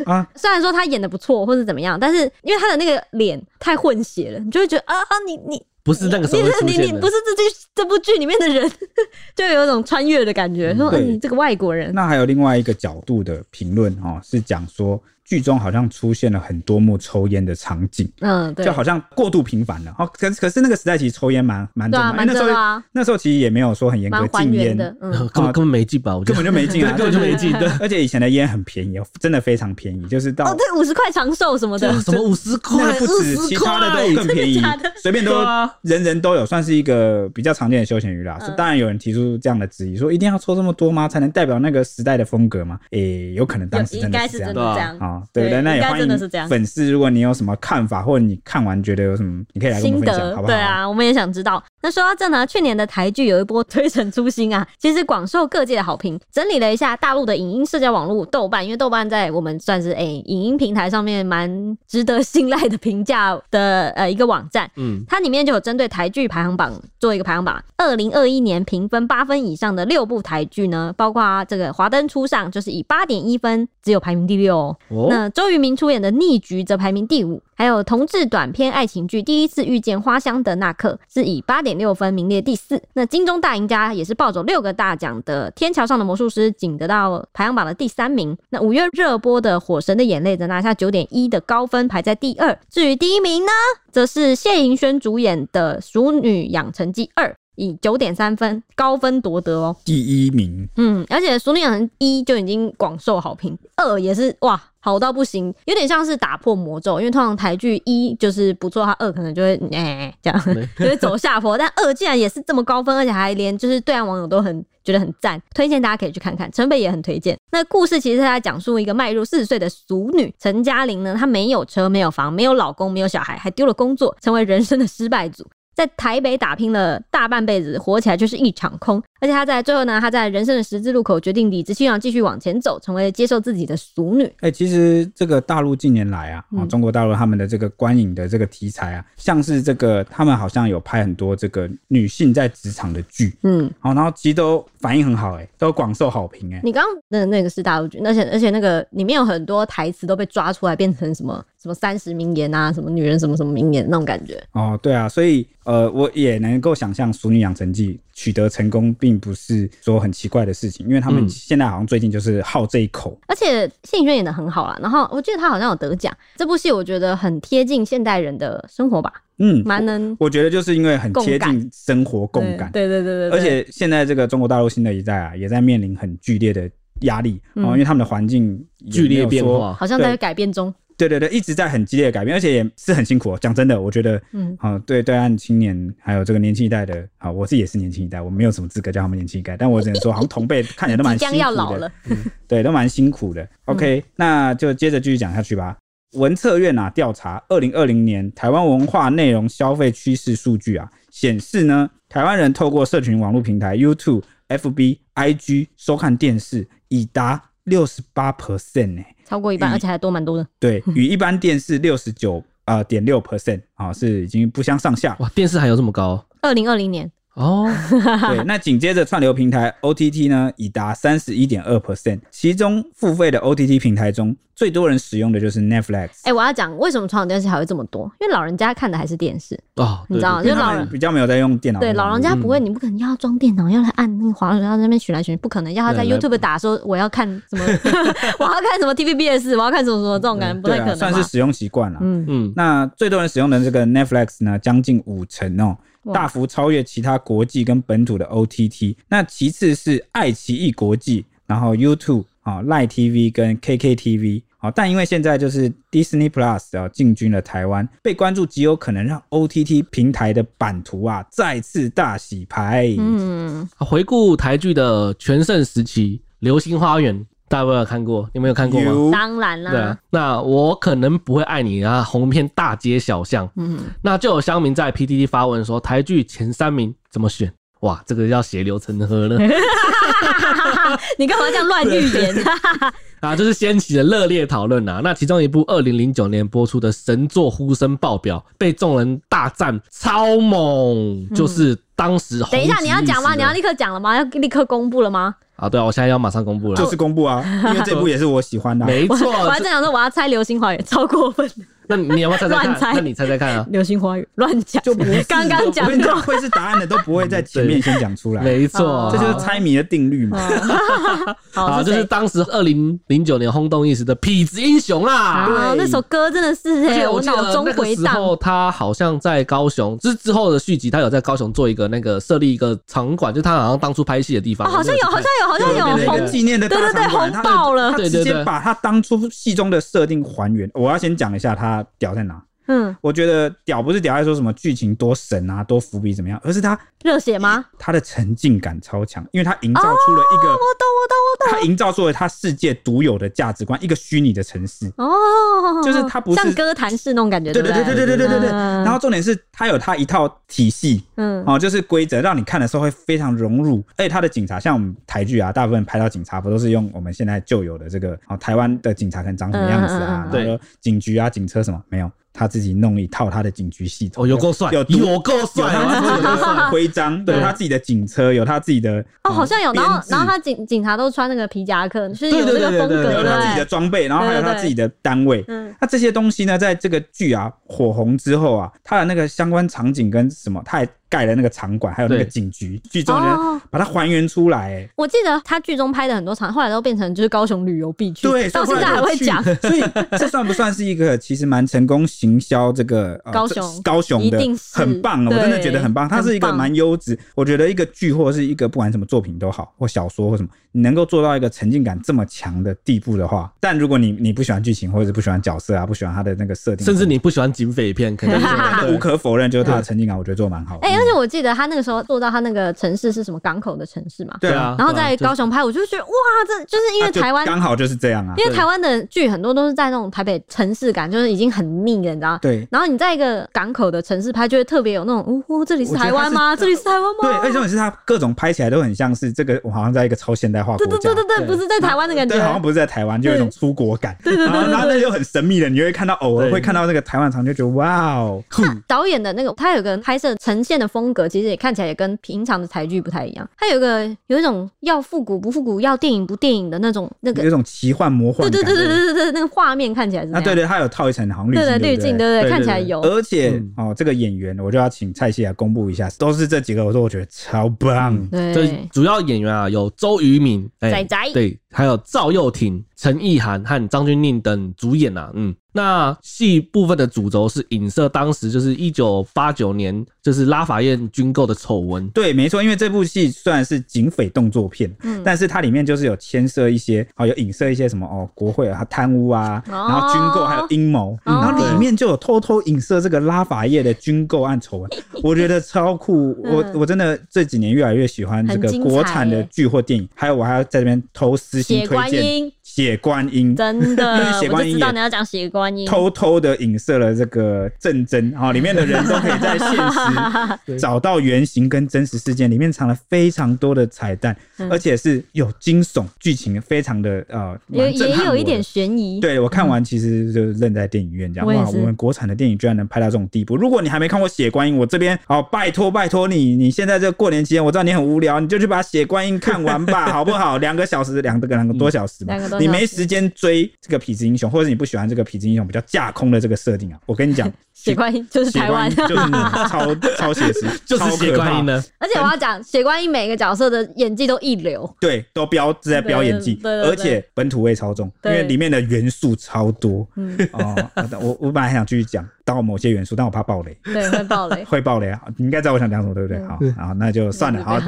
啊，
虽然说他演的不错或者怎么样，但是因为他的那个脸太混血了，你就会觉得啊啊，你你
不是那个时候
你
会
是
出
你你
现
不
的。
是这剧这部剧里面的人， 就有一种穿越的感觉，说
对
嗯，你这个外国人，
那还有另外一个角度的评论哦，是讲说剧中好像出现了很多幕抽烟的场景，
嗯，对
就，好像过度频繁了。哦，可是可是那个时代其实抽烟蛮蛮
对
正
啊，蛮
常，因为那时
真的
候
啊，
那时候其实也没有说很严格
蛮还
禁
原
烟，
的，嗯，
呃 根本根本没劲吧？我觉
啊根
得
本就没禁
对，
啊，
根本就没劲。对，
而且以前的烟很便宜哦，真的非常便宜，就是到
哦，对，五十块长寿什么 的
哇，啊什么五十
那
块、
个不止，
20
其他的
块
都更便宜
真的假的，
随便都
对啊
人人都有，算是一个比较常见的休闲娱乐啊。
嗯
当然有人提出这样的质疑，说一定要抽这么多吗？才能代表那个时代的风格吗？诶，有可能当时
有
真
应
的
该
是
是
这样
真
的。
的
对啊
这样，
啊、对不对？
对
那也
应该
欢
真的是这
迎
样
粉丝，如果你有什么看法，或者你看完觉得有什么，你可以来跟我
心
们分享，
得
好，不好？
对啊，我们也想知道。那说到这呢，去年的台剧有一波推陈出新啊， 其实广受各界的好评。整理了一下大陆的影音社交网络豆瓣，因为豆瓣在我们算是诶、影音平台上面蛮值得信赖的评价的呃一个网站。
嗯，
它里面就有针对台剧排行榜做一个排行榜。二零二一年评分八分以上的六部台剧呢，包括这个《华灯初上》，就是以八点一分，只有排名第六哦。
哦，
那周渝民出演的《逆局》则排名第五，还有同志短片爱情剧《第一次遇见花香的那刻》是以八点六分名列第四。那金钟大赢家也是抱走六个大奖的《天桥上的魔术师》仅得到排行榜的第三名。那五月热播的《火神的眼泪》则拿下九点一的高分，排在第二。至于第一名呢，则是谢盈萱主演的《熟女养成记二》。以九点三分高分夺得哦，
第一名，
嗯，而且《熟女养成一》就已经广受好评，二也是哇好到不行，有点像是打破魔咒，因为通常台剧一就是不错，它二可能就会哎、这样就会走下坡，但二竟然也是这么高分，而且还连就是对岸网友都很。觉得很赞，推荐大家可以去看看，陈北也很推荐。那故事其实是在讲述一个迈入四十岁的俗女陈嘉玲呢，她没有车，没有房，没有老公，没有小孩，还丢了工作，成为人生的失败组。在台北打拼了大半辈子，火起来就是一场空。而且她在最后呢，她在人生的十字路口决定理直气壮继续往前走，成为接受自己的俗女。
哎、其实这个大陆近年来啊，啊、
嗯
中国大陆他们的这个观影的这个题材啊，像是这个他们好像有拍很多这个女性在职场的剧，
嗯，
好，然后其实都反应很好、哎，都广受好评、哎，
你刚刚的那个是大陆剧，而且而且那个里面有很多台词都被抓出来，变成什么什么三十名言啊，什么女人什么什么名言那种感觉。
哦，对啊，所以呃，我也能够想象《熟女养成记》取得成功，并不是说很奇怪的事情，因为他们
嗯
现在好像最近就是好这一口，
而且谢颖轩演的很好啦，啊然后我记得她好像有得奖。这部戏我觉得很贴近现代人的生活吧，
嗯，
蛮能
我觉得就是因为很贴
共
近生活共感，
对对对对对，
而且现在这个中国大陆新的一代啊，也在面临很剧烈的压力
嗯
哦，因为他们的环境也
剧
没
烈
有
变
说，
化，
好像在
对
改变中。
对对对，一直在很激烈的改变，而且也是很辛苦、哦。讲真的，我觉得，
嗯，
啊、对对岸青年还有这个年轻一代的，啊、我自己也是年轻一代，我没有什么资格叫他们年轻一代，但我只能说，好像同辈看起来都蛮
即
辛
将要老
苦的
了，，
对，都蛮辛苦的。OK，、那就接着继续讲下去吧。文策院啊调查二零二零年台湾文化内容消费趋势数据啊，显示呢，台湾人透过社群网络平台 YouTube、FB、IG 收看电视已达六十八 percent 呢，
超过一半，
嗯
而且还多蛮多的。
对，与一般电视六十九啊点六 percent 啊是已经不相上 下。
哇，电视还有这么高
二零二零年，
哦？
对，那紧接着串流平台 OTT 呢，已达三十一点二 percent，其中付费的 OTT 平台中，最多人使用的就是 Netflix。
哎、我要讲为什么传统电视还会这么多，因为老人家看的还是电视，
哦，
你知道吗？就是
因
对对
为他
老
们
人
比较没有在用电脑，
对老人家不会，
嗯
你不可能要他装电脑，要他按那个滑鼠，要他在那边选来选去，不可能要他在
对来
YouTube 打说我要看什么，我要看什么 TVBS，我要看什么什么这种感觉不
对
太
啊，
可能
算是
嘛。
使用习惯了。
嗯，
嗯，
那最多人使用的这个 Netflix 呢，将近五成哦，
哇
大幅超越其他国际跟本土的 OTT。那其次是爱奇艺国际，然后 YouTube 啊、哦、Line TV 跟 KKTV。好，哦但因为现在就是 Disney Plus 啊进军了台湾，被关注极有可能让 OTT 平台的版图啊再次大洗牌。
嗯，
啊回顾台剧的全盛时期，《流星花园》大家有没有看过？你们有看过吗？
有
当然
对啊
啦，，
那我可能不会爱你啊，红遍大街小巷。
嗯，
那就有乡民在 PTT 发文说，台剧前三名怎么选？哇，这个要血流成河了
你干嘛这样乱预言？
啊！就是掀起了热烈讨论啊。那其中一部二零零九年播出的神作呼声爆表，被众人大赞超猛，就是当时红
嗯等一下，
极
你要
一
讲
时
吗？
的
你要立刻讲了吗？要立刻公布了吗？
啊？对啊，我现在要马上公布了
就。是公布啊，因为这部也是我喜欢的啊、
没
我
错，
我还
这
正想说我要猜《流星花园》，超过分，《
那你要不要猜猜
乱猜
看？那你猜猜 看啊？
流星花园》乱讲，
就不是
刚刚讲
我跟你
过
讲，。会是答案的都不会在前面先讲出来，
没
哦
错，
这就是猜谜的定律
嗯
嘛。
好，
啊，
是
就
谁
是当时二零零九年轰动一时的《痞子英雄》啊。
啊，那首歌真的是
而
哎、
且我记得
脑中
那个
回
时候，
荡。
他好像在高雄，之之后的续集，他有在高雄做一个那个设立一个场馆，就他好像当初拍戏的地
哦，
方。
好像有，好像有，好
就
像
变成
有
一个
红
纪念的大
对对对
场馆，
红
他
爆了
他
对
直
对
接
对
把他当初戏中的设定还原。我要先讲一下他屌在哪。
嗯
我觉得屌不是屌在说什么剧情多神啊、多伏笔怎么样，而是他
热血吗？
他的沉浸感超强，因为他营造出了一个、
哦我懂，我
他营造出了他世界独有的价值观，一个虚拟的城市。
懂，我懂哦，
就是它不是
像歌坛式那种感觉，
对
不
对对对对对对对对。
嗯
然后重点是他有他一套体系，
嗯，
哦，就是规则，让你看的时候会非常融入。而且他的警察，像我们台剧啊，大部分拍到警察不都是用我们现在旧有的这个哦，台湾的警察可能长什么样子
嗯嗯
啊
嗯嗯，
对
然后警局啊、警车什么没有，他自己弄一套他的警局系统，
哦，有够帅，
有独
有够
有
帅，啊
他自 己的徽章，
对
有他自己的警车，有他自己的
哦，好像有，然
编
后
制
然后他警警察都穿那个皮夹克，就是有
对
那
对
个
对
风
对对
格，
哦有他自己的
对，
装备，然后还有他自己的单位。
嗯，
那这些东西呢，在这个剧啊火红之后啊，它的那个相关场景跟什么，它还盖了那个场馆，还有那个
对
警局，剧中人
哦，
把它还原出来、欸。
我记得他剧中拍的很多场，后来都变成就是高雄旅游必去，
对，
到
所
现
以
在还
后来
会
就 去
讲，
所以 这算不算是一个其实蛮成功行销这个、呃
高
这
雄
高雄
一
的
定是
很棒，我真的觉得
对
很棒。它是一个
很棒
蛮优质，我觉得一个剧或是一个不管什么作品都好，或小说或什么，你能够做到一个沉浸感这么强的地步的话，但如果你你不喜欢剧情或者是不喜欢角色啊，不喜欢它的那个设定，
甚至你不喜欢警匪片，可能
对那
对
无可否认，就是它的沉浸感，我觉得做得蛮好的。嗯
哎、而且我记得他那个时候做到他那个城市是什么港口的城市嘛，
对
对
啊
啊，
然后在
对啊
高雄拍，我就觉得哇，这就是因为
啊就
台湾
刚好就是这样啊，
因为
对
台湾的剧很多都是在那种台北城市感，就是已经很腻了，你知道吗？
对。
然后你在一个港口的城市拍，就会特别有那种，哦，这里是
我觉得
台湾吗？
它是
这里是台湾吗？
对，哎而且重点是它各种拍起来都很像是这个，我好像在一个超现代化国
对
家，
对对对对，
对
不是在台湾的感觉
对，。好像不是在台湾，就有一种出国感。对对对然后那又很神秘的，你就会看到偶尔
对
会看到那个台湾场，就觉得哇哦，
导演的那个，他有个拍摄呈现的风格，其实也看起来也跟平常的台剧不太一样。他有一个有一种要复古不复古，要电影不电影的那种那个
有，一种奇幻魔幻
对
感。
对对对对对对，那个画面看起来是那
啊，
样。
对对，它有套一层好像滤镜，
对对
对
滤
不
镜，
对
对对，
对
看
对
起来
对
有。
而且
嗯
哦，这个演员我就要请蔡西来公布一下，都是这几个，我说我觉得超
嗯
棒。
这
对，
主要演员啊，有周渝民、哎
仔仔
对，还有赵又廷、陈意涵和张钧甯等主演啊。嗯，那戏部分的主轴是影射当时就是一九八九年就是拉法院军购的丑闻。
对，没错，因为这部戏虽然是警匪动作片，
嗯
但是它里面就是有牵涉一些，哦，有影射一些什么哦，国会啊贪污啊，
哦
然后军购还有阴谋，嗯
哦
然后里面就有偷偷影射这个拉法叶的军购 案丑闻，我觉得超酷，
嗯
我我真的这几年越来越喜欢这
很
个
精彩
国产的
耶
剧或电影，还有我还要在这边偷私心
血
推
观
荐
音，
血观音。
真的，
血
我
观
就
音也
知道你要讲血观音。
偷偷的影射了这个战争，哦，里面的人都可以在现 实
对
找到原型跟真实事件，里面藏了非常多的彩蛋，
嗯
而且是有惊悚剧情，非常的呃，
也
蛮震
也
撼
有一
我
点
的。
悬疑。
对我看完其实就愣在电影院，讲
我也
哇，
是
我们国产的电影居然能拍到这种地步。如果你还没看过《血观音》，我这边哦，拜托拜托你，你现在这个过年期间，我知道你很无聊，你就去把《血观音》看完 吧，好不好？两个小时，两个两个多小时
嗯
吧
两个多，小时
你没时间追这个痞子英雄，或者你不喜欢这个痞子英雄比较架空的这个设定啊，我跟你讲，
血观音 就是
血
台湾
观音，就是你超超写实，
就是
超
血
可
观
怕
音呢，
而且我要讲血观音每个角色的演技都一 流，
对，都标是在标演技，
对对对
而且本土味超重，因
对
为里面的元素超多。
嗯，
哦，我我本来还想继续讲到某些元素，但我怕爆雷，。
对，会爆雷
会爆雷啊！你应该知道我想讲什么，对不对？
嗯
好，好，那就算了，好，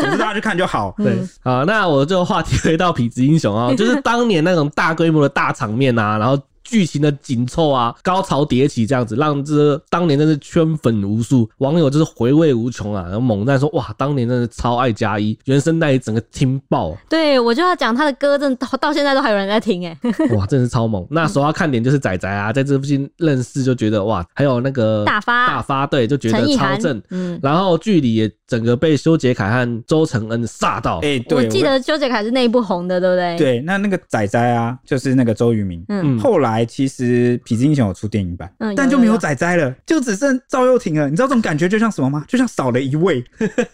总之大家去看就好。
对，好，啊那我就话题回到痞子英雄 啊、就是当年那种大规模的大场面啊，然后剧情的紧凑啊，高潮迭起这样子，让这当年真是圈粉无数，网友就是回味无穷啊，然后猛赞说哇，当年真是超爱加一，原声带也整个听爆，
对，我就要讲他的歌，真的到到现在都还有人在听哎、
哇，真是超 猛。那首要看点就是仔仔啊，在这部戏认识就觉得哇，还有那个
大发
大发对，就觉
陈
得
意
超
涵
正。
嗯，
然后剧里也整个被修杰楷和周承恩煞到。
哎、对，
我记得修杰楷是那一部红的，对不对？，
对，那那个仔仔啊，就是那个周渝民。
嗯，
后来其实《痞子英雄》有出电影版，
嗯有
但就没
有
有
有
仔仔了，就只剩赵又廷了。你知道这种感觉就像什么吗？就像少了 一位，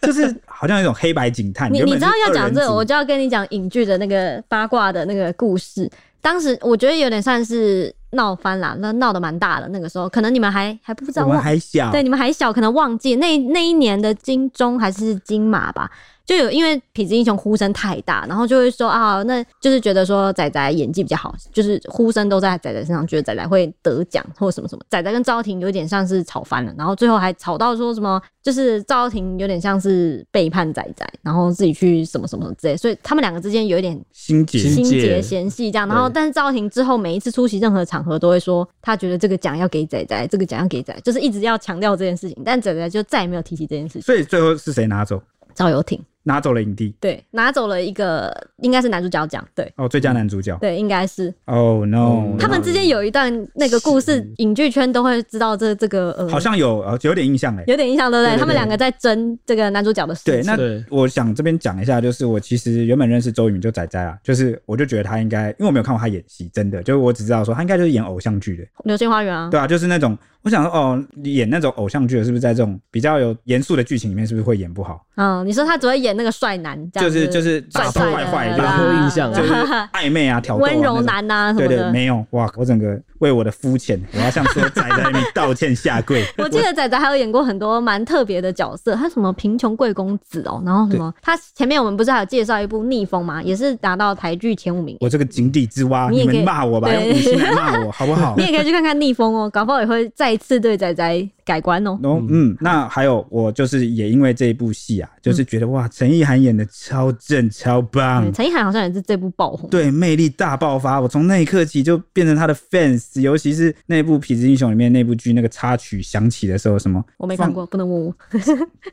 就是好像有一种黑白警探。
你
原
你
本
知道
是
要
二
讲
人
这个，
组
我就要跟你讲影剧的那个八卦的那个故事。当时我觉得有点算是闹翻啦，那闹得蛮大的。那个时候可能你们还还不知道
我们
忘，
还小，
对，你们还小，可能忘记那那一年的金钟还是金马吧，就有因为痞子英雄呼声太大，然后就会说啊，那就是觉得说仔仔演技比较好，就是呼声都在仔仔身上，觉得仔仔会得奖或什么什么。仔仔跟赵又廷有点像是吵翻了，然后最后还吵到说什么，就是赵又廷有点像是背叛仔仔，然后自己去什么什么什么之类，所以他们两个之间有一点
心结
心
心
结
结嫌隙这样。然后，
对
但是赵婷之后每一次出席任何场合都会说，他觉得这个奖要给仔仔，这个奖要给仔，就是一直要强调这件事情。但仔仔就再也没有提起这件事情。
所以最后是谁拿走？
赵又廷
拿走了影帝
对拿走了一个应该是男主角奖，对
哦，最佳男主角。
对，应该是
哦 no，
嗯
他们之间有一段那个故事，影剧圈都会知道这这个呃，
好像有呃有点印象哎。
有点印象，对不
对对
对？
对
他们两个在争这个男主角的事
对，
情。
那
对
我想这边讲一下，就是我其实原本认识周渝民就仔仔啊，就是我就觉得他应该，因为我没有看过他演戏，真的，就是我只知道说他应该就是演偶像剧的，
流星花园啊，
对啊，就是那种我想说哦，演那种偶像剧的，是不是在这种比较有严肃的剧情里面，是不是会演不好？
嗯，你说他只会演那个帅男，这样
就是
子
就是
帅
打破
帅的
坏坏，
打
破
破印象
就是
啦
暧昧啊，挑逗啊
温柔
那种
男 啊什么
对对，
的。
没有哇！我整个为我的肤浅，我要向所有仔仔那边道歉下跪。
我记得仔仔还有演过很多蛮特别的角色，他什么贫穷贵公子哦，然后什么他前面我们不是还有介绍一部《逆风》吗？也是拿到台剧前五名。
我这个井底之蛙，
你
你
也可以
们骂我吧，用
对
五星来骂我好不好
你？也可以去看看《逆风》哦，搞不好也会再一次对仔仔改观哦。
然后嗯，那还有我就是也因为这一部戏啊，就是觉得哇，陈意涵演的超正超棒
嗯，陈意涵好像也是这部爆红。
对，魅力大爆发。我从那一刻起就变成他的 fans，尤其是那部《痞子英雄》里面那部剧那个插曲响起的时候，什么
我没看过，不能问我。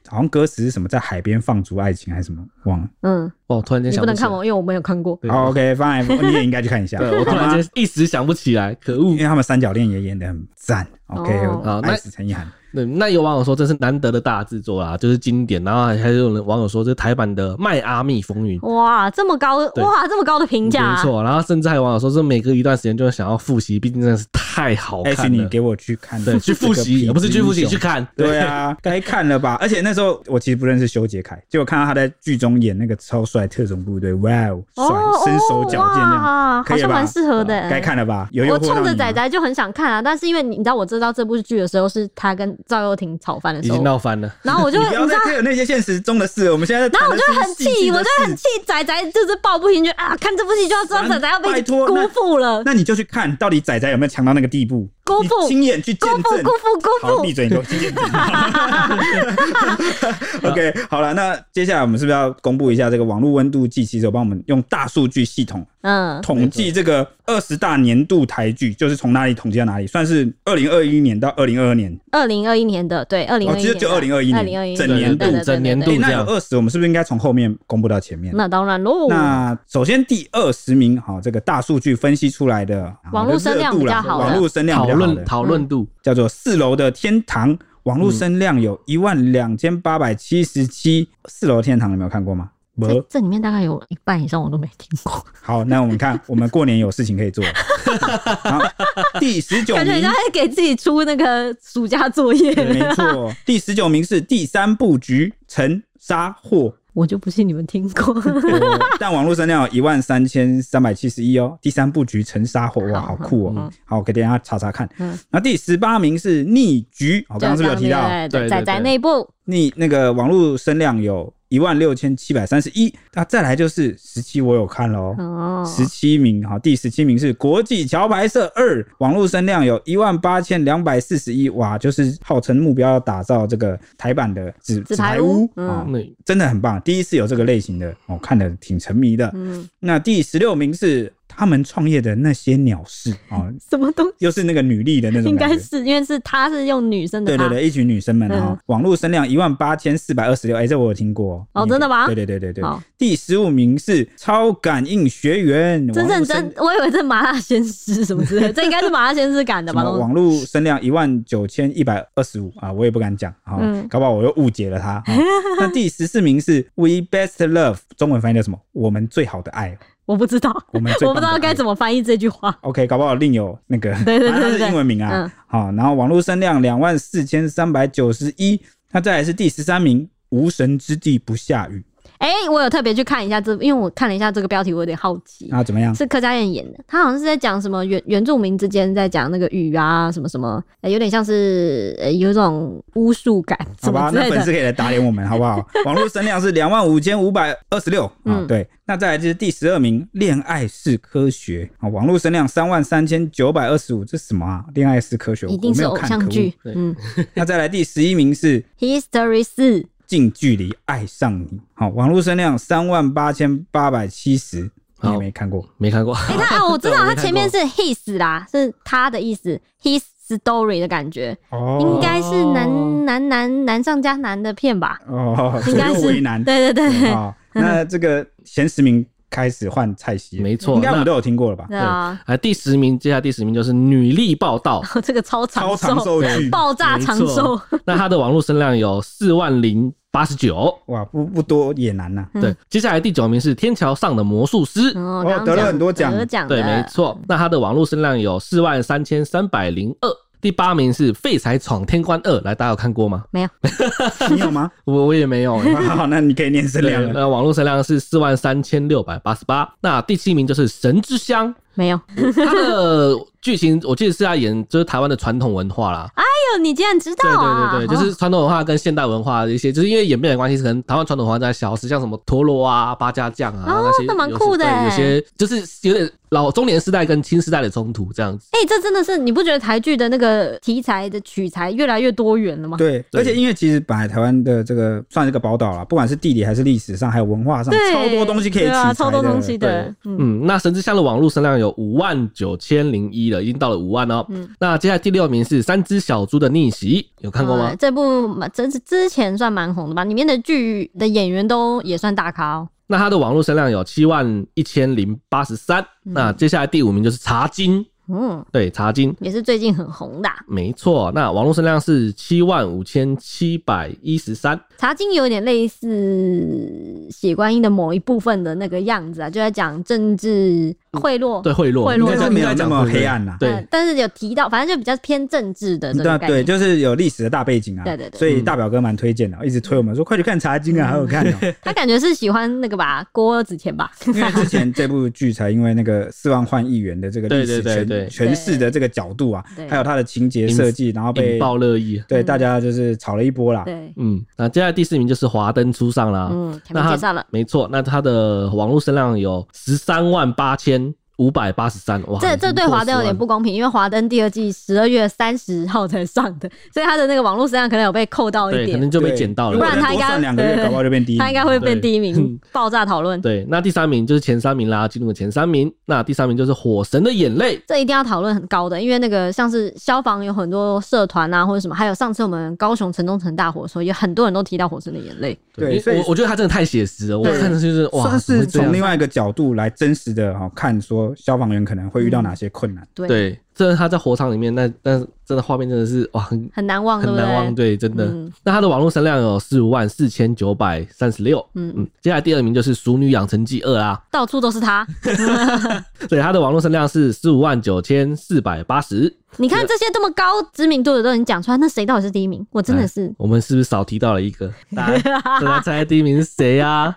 好像歌词是什么在海边放逐爱情还是什么，忘了。
嗯，
哦，突然间
你
想
不能
起
看
来
我，因为我没有看过。
对
好，OK，放 F，你也应该去看一下。
对我突
好吗
然间一时想不起来，可恶
因为。他们三角恋也演的很赞。OK，
哦
我
好啊那
爱死陈意涵。
对，那有网友说这是难得的大制作啦，就是经典。然后还还有人网友说这是台版的《迈阿密风云》。
哇，这么高，
对
哇，这么高的评价、
没
啊。
错，然后甚至还有网友说，这每隔一段时间就会想要复习，毕竟真的是太好
哎，
看
你
了。
给我去看，
对，去复习，不是去复习，去。看。
对啊，该看了吧？而且那时候我其实不认识修杰楷，结果看到他在剧中演那个超帅特种部队，哇哦，
哦
帅，身手矫健这样，
哇
可
好
以了
像
吧
蛮适合的。
该看了吧？有诱
我
惑到
冲着
你吗
仔仔就很想看啊，但是因为你你知道，我知道这部剧的时候是他跟赵又廷吵翻的
已
时候
经，闹翻了。
然后我就
你
会
不
你知
要再
道，
有那些现实中的事，我们现在然
然后我就会很气，我就会很气，仔仔就是抱不平，就啊，看这部戏就要知道仔仔要
拜
被
托
辜负了，
那你就去看到底仔仔有没有强到那个地步，
辜
你
负
亲眼去见
辜负
证
辜。负辜
好，
负
闭。嘴，你给我去见证。OK，好了，那接下来我们是不是要公布一下这个网络温度计？其实有帮我们用大数据系统
嗯，
统计这个二十大年度台剧，就是从哪里统计到哪里，算是二零二一年到二零二二年。
二零二一年的对，二零
哦
二一
其实
年，
就2021
二
年
零二一
整年度
整年度
诶
这
那
样
有二十，我们是不是应该从后面公布到前面？
那当然喽。
那首先第二十名，好，这个大数据分析出来的
网络声量比较好的
网络声量
讨
比较好
论
的，
讨论度，
叫做四楼的天堂，网络声量有一万两千八百七十七。四楼天堂你没有看过吗？没
这这里面大概有一半以上我都没听 过，
好，那我们 看，我们过年有事情可以做。好，第十九
感觉
名
人家，在给自己出那个暑假作 业。
对没错，第十九名是第三部局陈沙祸。
我就不信你们听过。
哦但网络声量一万三千三百七十一哦，第三部局陈沙火哇，
好
好酷哦！好，给大家查查看。
嗯
那第十八名是逆局，我刚刚 是不是有提到
对对对
对对
仔仔
对
那一部
逆那个网络声量有一万六千七百三十一？那再来就是十七，我有看喽。
哦，
十七名，好，第十七名是国际桥牌社二，网络声量有一万八千两百四十一，哇，就是号称目标要打造这个台版的纸
纸牌
屋
屋嗯
啊、哦
那
真的很棒，第一次有这个类型的，我、看的挺沉迷的。
嗯，
那第十六名是《他们创业的那些鸟事哦，
什么东西？
又是那个女力的那种
应
感
该
觉。
是因为是他是用女生的啊
对
他，
对对，一群女生们哈、
嗯
网络声量一万八千四百二十六，哎，这我有听过
哦
你也
真的吗
对对对对对
好，
第十五名是超感应学员，
真
网
认
络声
真，我以为这麻辣鲜师什么之类的，这应该是麻辣鲜师感的
什
吧？
么网络声量一万九千一百二十五啊，我也不敢讲啊、哦
嗯
搞不好我又误解了 他。哦那第十四名是 We Best Love，中文翻译叫什么？我们最好的爱，
我不知道，
我们 最
我不知道该
么。
怎么翻译这句话。
OK，搞不好另有那个，
对对对
反正它
对对
是英文名
嗯
啊。好、然后网络声量两万四千三百九十一，那再来是第十三名，无神之地不下雨
哎、我有特别去看一下这，因为我看了一下这个标题，我有点好奇。
啊，怎么样？
是柯佳燕演的，她好像是在讲什么原原住民之间在讲那个雨啊什么什么，呃有点像是呃有一种巫术感
好
什么
吧，
之
那
类
粉丝
的。
可以来打脸我们，好不 好？网络声量是两万五千五百二十六啊
嗯，
对。那再来就是第十二名，恋爱是科学啊，网络声量三万三千九百二十五，这是什么啊？恋爱是科学，我
一定是
我没有
偶
看
像。剧，
可恶对
嗯
可恶那再来第十一名是
，History 四，
近距离爱上你，好，网络声量三万八千八百七十，你也
好
没看过。
没看过。
哎、欸，他哦，我知道
对我没
他
看
前面是
过
his 啦，是他的意思，his story 的感觉，
哦
应该是男男男男上加男的片吧？
哦，
应
左
该
右
是，
为难
对对 对，
啊。那这个前十名开始换蔡西，
没错
应该我
那
们都有听过了吧？
对啊，
啊，第十名，接下来第十名就是女力 报道，
这个超
超
长
长
寿，
寿剧，
爆炸
没
长
错
寿，
那她的网络声量有四万零八十九。
哇，不不多也 难呐、
嗯
对，接下来第九名是天桥上的魔术师，
哦
哦
刚刚
得了
讲
很多奖
得奖
对，
的，
没
嗯
错。那他的网络声量有四万三千三百零二。第八名是《废柴闯天关二》，来，大家有看过吗？
没有，
你有吗？
我我也没有、欸。
好，那你可以念声量
对，
了。
那网络声量是四万三千六百八十八。那第七名就是《神之乡
没有。哎》，
它的剧情我记得是在演就是台湾的传统文化啦。
呦，你竟然知道
对
啊？
对对对，就是传统文化跟现代文化的一些，就是因为演变的关系，可能台湾传统文化在消失，像什么陀螺啊、八家将啊、
哦
那些有些，
那蛮酷的
对
欸
有些就是有点老中年时代跟新时代的冲突这样子。
哎、这真的是你不觉得台剧的那个题材的取材越来越多元了吗？
对，啊
对
而且因为其实本来台湾的这个算是个宝岛啦，不管是地理还是历史上，还有文化上，
对，
超多东西可以取
对啊，
材
超多东西
的。
的，嗯，
嗯，那神之乡的网络声量有五万九千零一了，已经到了五万哦。
嗯
那接下来第六名是三只小猪的逆袭，有看过吗
呃？这部蛮真是之前算蛮红的吧，里面的剧的演员都也算大咖哦。
那它的网络声量有七万一千零八十三。那接下来第五名就是茶金，
嗯，
对，茶金。
也是最近很红的啊、
没错，那网络声量是七万五千七百一十三，
茶经有点类似血观音的某一部分的那个样子啊，就在讲政治贿赂，
哦对，贿赂，
贿赂应
应该
该
讲
是
没有那么
贿赂
黑暗啦
呃
对，
但是有提到，反正就比较偏政治的这
对啊
个概
对，
念。
就是有历史的大背景啊，
对对对嗯
所以大表哥蛮推荐的，一直推我们说快去看《茶经》啊，好好看哦。
他感觉是喜欢那个吧，郭子乾 吧，
因为之前这部剧才因为那个四万换亿元的这个历史
对对对对
诠诠释的这个角度啊
对，嗯
还有它的情节设计，然后
引
被
爆热议。
对大家就是炒了一波啦。
对，
嗯，那接下来第四名就是华灯初上啦。
嗯，前
啊那
面
它
介绍了。
没错，那它的网络声量有十三万八千五百八十三，哇，
这
已经
这对
破
华灯有
10万
点不公平，因为华灯第二季十二月三十号才上的，所以他的那个网络声量可能有被扣到一
对，可
点
能，就被
对
捡到了。
如
不
果
然
再
他应
多
该
上两个
对
月，
对
搞不好就变第一名了。
他应该会变第一 名，爆炸讨论。
对，那第三名就是前三名啦，进入前三名。那第三名就是《火神的眼泪》，
这一定要讨论很高的，因为那个像是消防有很多社团啊，或者什么，还有上次我们高雄城中城大火的时候，也很多人都提到《火神的眼泪》。
对
因为
所以
我我觉得他真的太写实了，我
对
看的就是哇，
算
怎么
是
会这
从
样
另外一个角度来真实的哈、哦、看，说消防员可能会
嗯
遇到哪些困难。
对，
对，这是他在火场里面，那但是真的画面真的是哇，很
很难忘，对
很
不
难忘，
对？
对，真的
嗯。
那他的网络声量有十五万四千九百三十六，
嗯
嗯，接下来第二名就是《熟女养成记二》啊，
到处都是他。
对，他的网络声量是十五万九千四百八十。
你看这些这么高知名度的都已经讲出来，那谁到底是第一名？我真的是
哎，我们是不是少提到了一个？大家大家猜第一名是谁啊？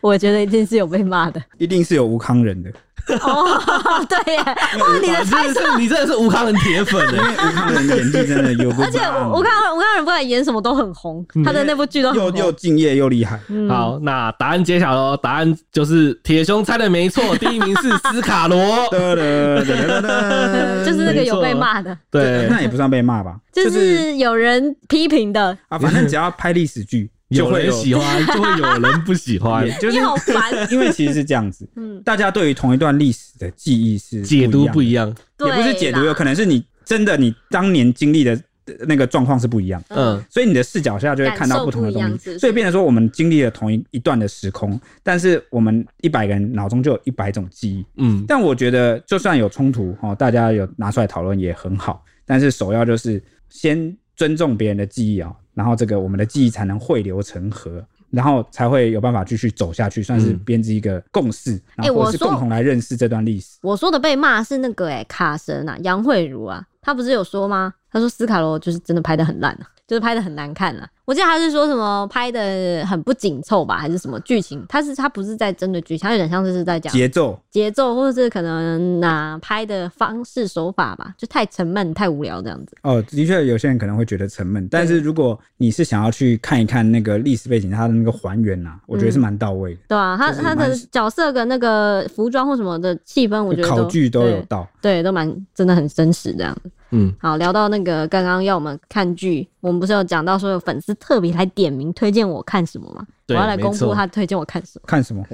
我觉得一定是有被骂的。
一定是有吴康人的，
哦，对耶，哇，你的
你真的是你真的是吴康仁铁粉哎、
因 为吴康人的演技真的有个啊
而且我我看吴康仁不管演什么都很红，他的那部剧都很
又又
红。
敬业又厉 害，
嗯，
好，那答案揭晓哦喽！答案就是铁熊猜的没错，第一名是斯卡 罗。
得得得得得
就是那个有被骂的，
对，
那也不算被骂吧，
就是是有人批评的，
啊，反正只要拍历史剧，
有
会
人
有
喜欢，就会有人不喜 欢
也。就是
你好烦。
因为其实是这样子，
嗯，
大家对于同一段历史的记忆是
解读不
一
一样，
样的，也不是解读，
对啦
有可能是你真的你当年经历的呃那个状况是不一样。
嗯，
所以你的视角下就会看到不同的
感
东
受不一样
西，所以变成说我们经历了同一一段的时空，但是我们一百个人脑中就有一百种记忆。
嗯，
但我觉得就算有冲突哦，大家有拿出来讨论也很好，但是首要就是先尊重别人的记忆啊、然后这个我们的记忆才能汇流成河。然后才会有办法继续走下去，算是
嗯
编织一个共识，然后
我
或者是
说
共同来认识这段历史。
我说的被骂是那个哎、卡神啊，杨慧茹啊，她不是有说吗？她说斯卡罗就是真的拍的很烂啊，就是拍的很难看啊。我记得她是说什么拍的很不紧凑吧，还是什么剧情？她是她不是在针对剧情，她有点像是在讲
节奏
节奏，或者是可能哪、拍的方式手法吧，就太沉闷、太无聊这样子。
哦，的确有些人可能会觉得沉闷，但是如果你是想要去看一看那个历史背景，它的那个还原啊，我觉得
嗯
是蛮到位的，
对啊，他
就是
他的
蛮
角色跟那个服装或什么的气氛，我觉得
就考据都有
对
到。
对，都蛮真的很真实这样子。
嗯，
好，聊到那个刚刚要我们看剧，我们不是有讲到说有粉丝特别来点名推荐我看什么吗？我
对
要来公
没
布
错
他推荐我看什么。
看什么？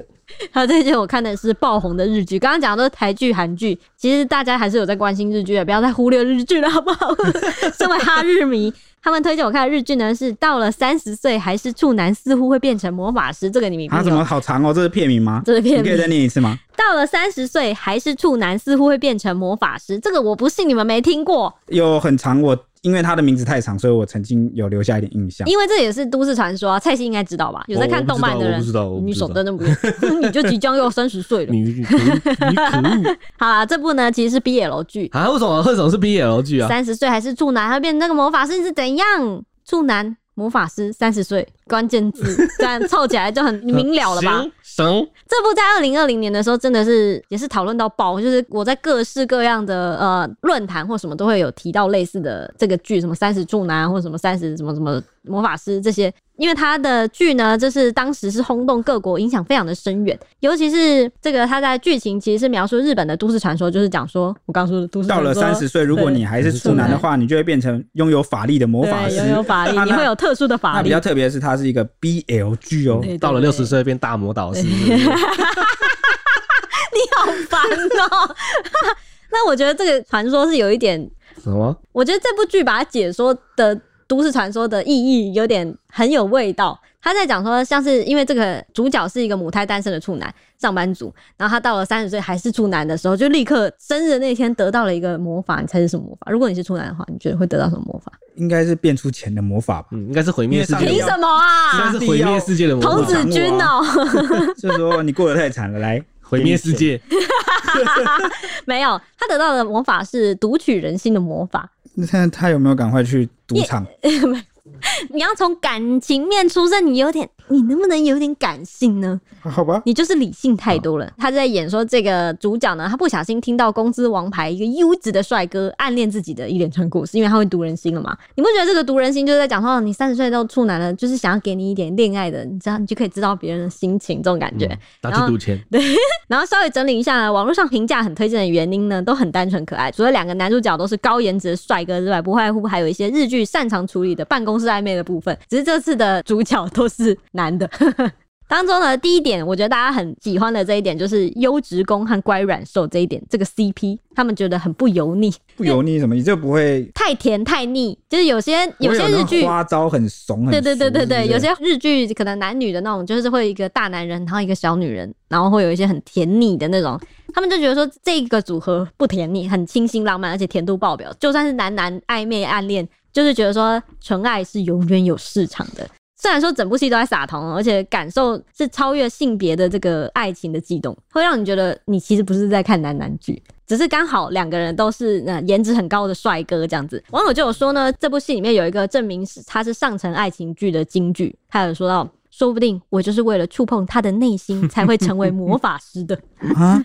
他推荐我看的是爆红的日剧，刚刚讲的都是台剧、韩剧，其实大家还是有在关心日剧的，不要再忽略日剧了，好不好？ 身为哈日迷， 他们推荐我看的日剧呢是《到了三十岁还是处男，似乎会变成魔法师》，这个你们一定
啊，
有
怎么好长哦？这是片名吗？
这是片
你可以再
名。
念一次吗？
到了三十岁还是处男，似乎会变成魔法师，这个我不信你们没听过，
有很长，我因为它的名字太长，所以我曾经有留下一点印 象。
因为这也是都市传说啊。蔡西应该知道吧？有在看动漫的
哦我
人
不，知道，我嗯不
你
知道
手，真的不 用，你就即将要三十岁了
你。你可你可恶
好啦，这部呢其实是 BL 剧，
啊！为什么为什么是 BL 剧啊？
三十岁还是处男，还变成那个魔法师是怎样？处男魔法师三十岁，关键字 这样凑起来就很明了 了吧？
行？行，
这部在二零二零年的时候，真的是也是讨论到爆，就是我在各式各样的呃论坛或什么都会有提到类似的这个剧，什么三十处男或者什么三十什么什么魔法师这些，因为他的剧呢，就是当时是轰动各国，影响非常的深远，尤其是这个他在剧情其实是描述日本的都市传说，就是讲说我刚说的都市传
到
说
了三十岁，如果你还是处男的话，你就会变成拥有法力的魔法
对
师。
拥有法力，
啊
你会有特殊的法
那
力
比 较。特别的是，它是一个 BL 剧哦。
对
到了
对
六十岁变大魔导师，是不是
好烦哦、 那我觉得这个传说是有一点
什么？
我觉得这部剧把它解说的都市传说的意义有点很有味道。他在讲说，像是因为这个主角是一个母胎单身的处男上班族，然后他到了三十岁还是处男的时候，就立刻生日那天得到了一个魔法。你猜是什么魔法？如果你是处男的话，你觉得会得到什么魔法？
应该是变出钱的魔 法吧？
嗯，应该是毁灭世界的
凭
魔法，
什么
应
啊
该？是毁灭世界的魔
童
法，
子军哦、
就是说你过得太惨了，来
毁灭世。界，
没有，他得到的魔法是读取人心的魔法。
那他他有没有赶快去赌 场？
你要从感情面出身，你有点，你能不能有点感性呢？
好吧，
你就是理性太多了。他在演说这个主角呢，他不小心听到公司王牌一个优质的帅哥暗恋自己的伊脸川故事，因为他会读人心了嘛。你不觉得这个读人心就是在讲说，哦你三十岁都处男了，就是想要给你一点恋爱的，你知道你就可以知道别人的心情这种感觉。
拿
然后
嗯去赌钱，
然后稍微整理一下呢，网络上评价很推荐的原因呢，都很单纯可爱。除了两个男主角都是高颜值的帅哥之外，不外乎还有一些日剧擅长处理的办公室暧昧的部分。只是这次的主角都是男的。 当中呢，第一点，我觉得大家很喜欢的这一点就是优质攻和乖软受这一点，这个 CP 他们觉得很不油腻，
不油腻什么，你就不会。
太甜太腻，就是有些有些
我那
日剧
花招很怂，很
对对对
熟
对对，有。
是不
些
是
日剧可能男女的那种，就是会一个大男人，然后一个小女人，然后会有一些很甜腻的那种，他们就觉得说这个组合不甜腻，很清新浪漫，而且甜度爆表。就算是男男暧昧暗恋，就是觉得说纯爱是永远有市场的。虽然说整部戏都在撒糖，而且感受是超越性别的这个爱情的悸动，会让你觉得你其实不是在看男男剧，只是刚好两个人都是那、呃颜值很高的帅哥这样子。网友就有说呢，这部戏里面有一个证明是它是上层爱情剧的金句，他有说到。说不定我就是为了触碰他的内心，才会成为魔法师的。
啊，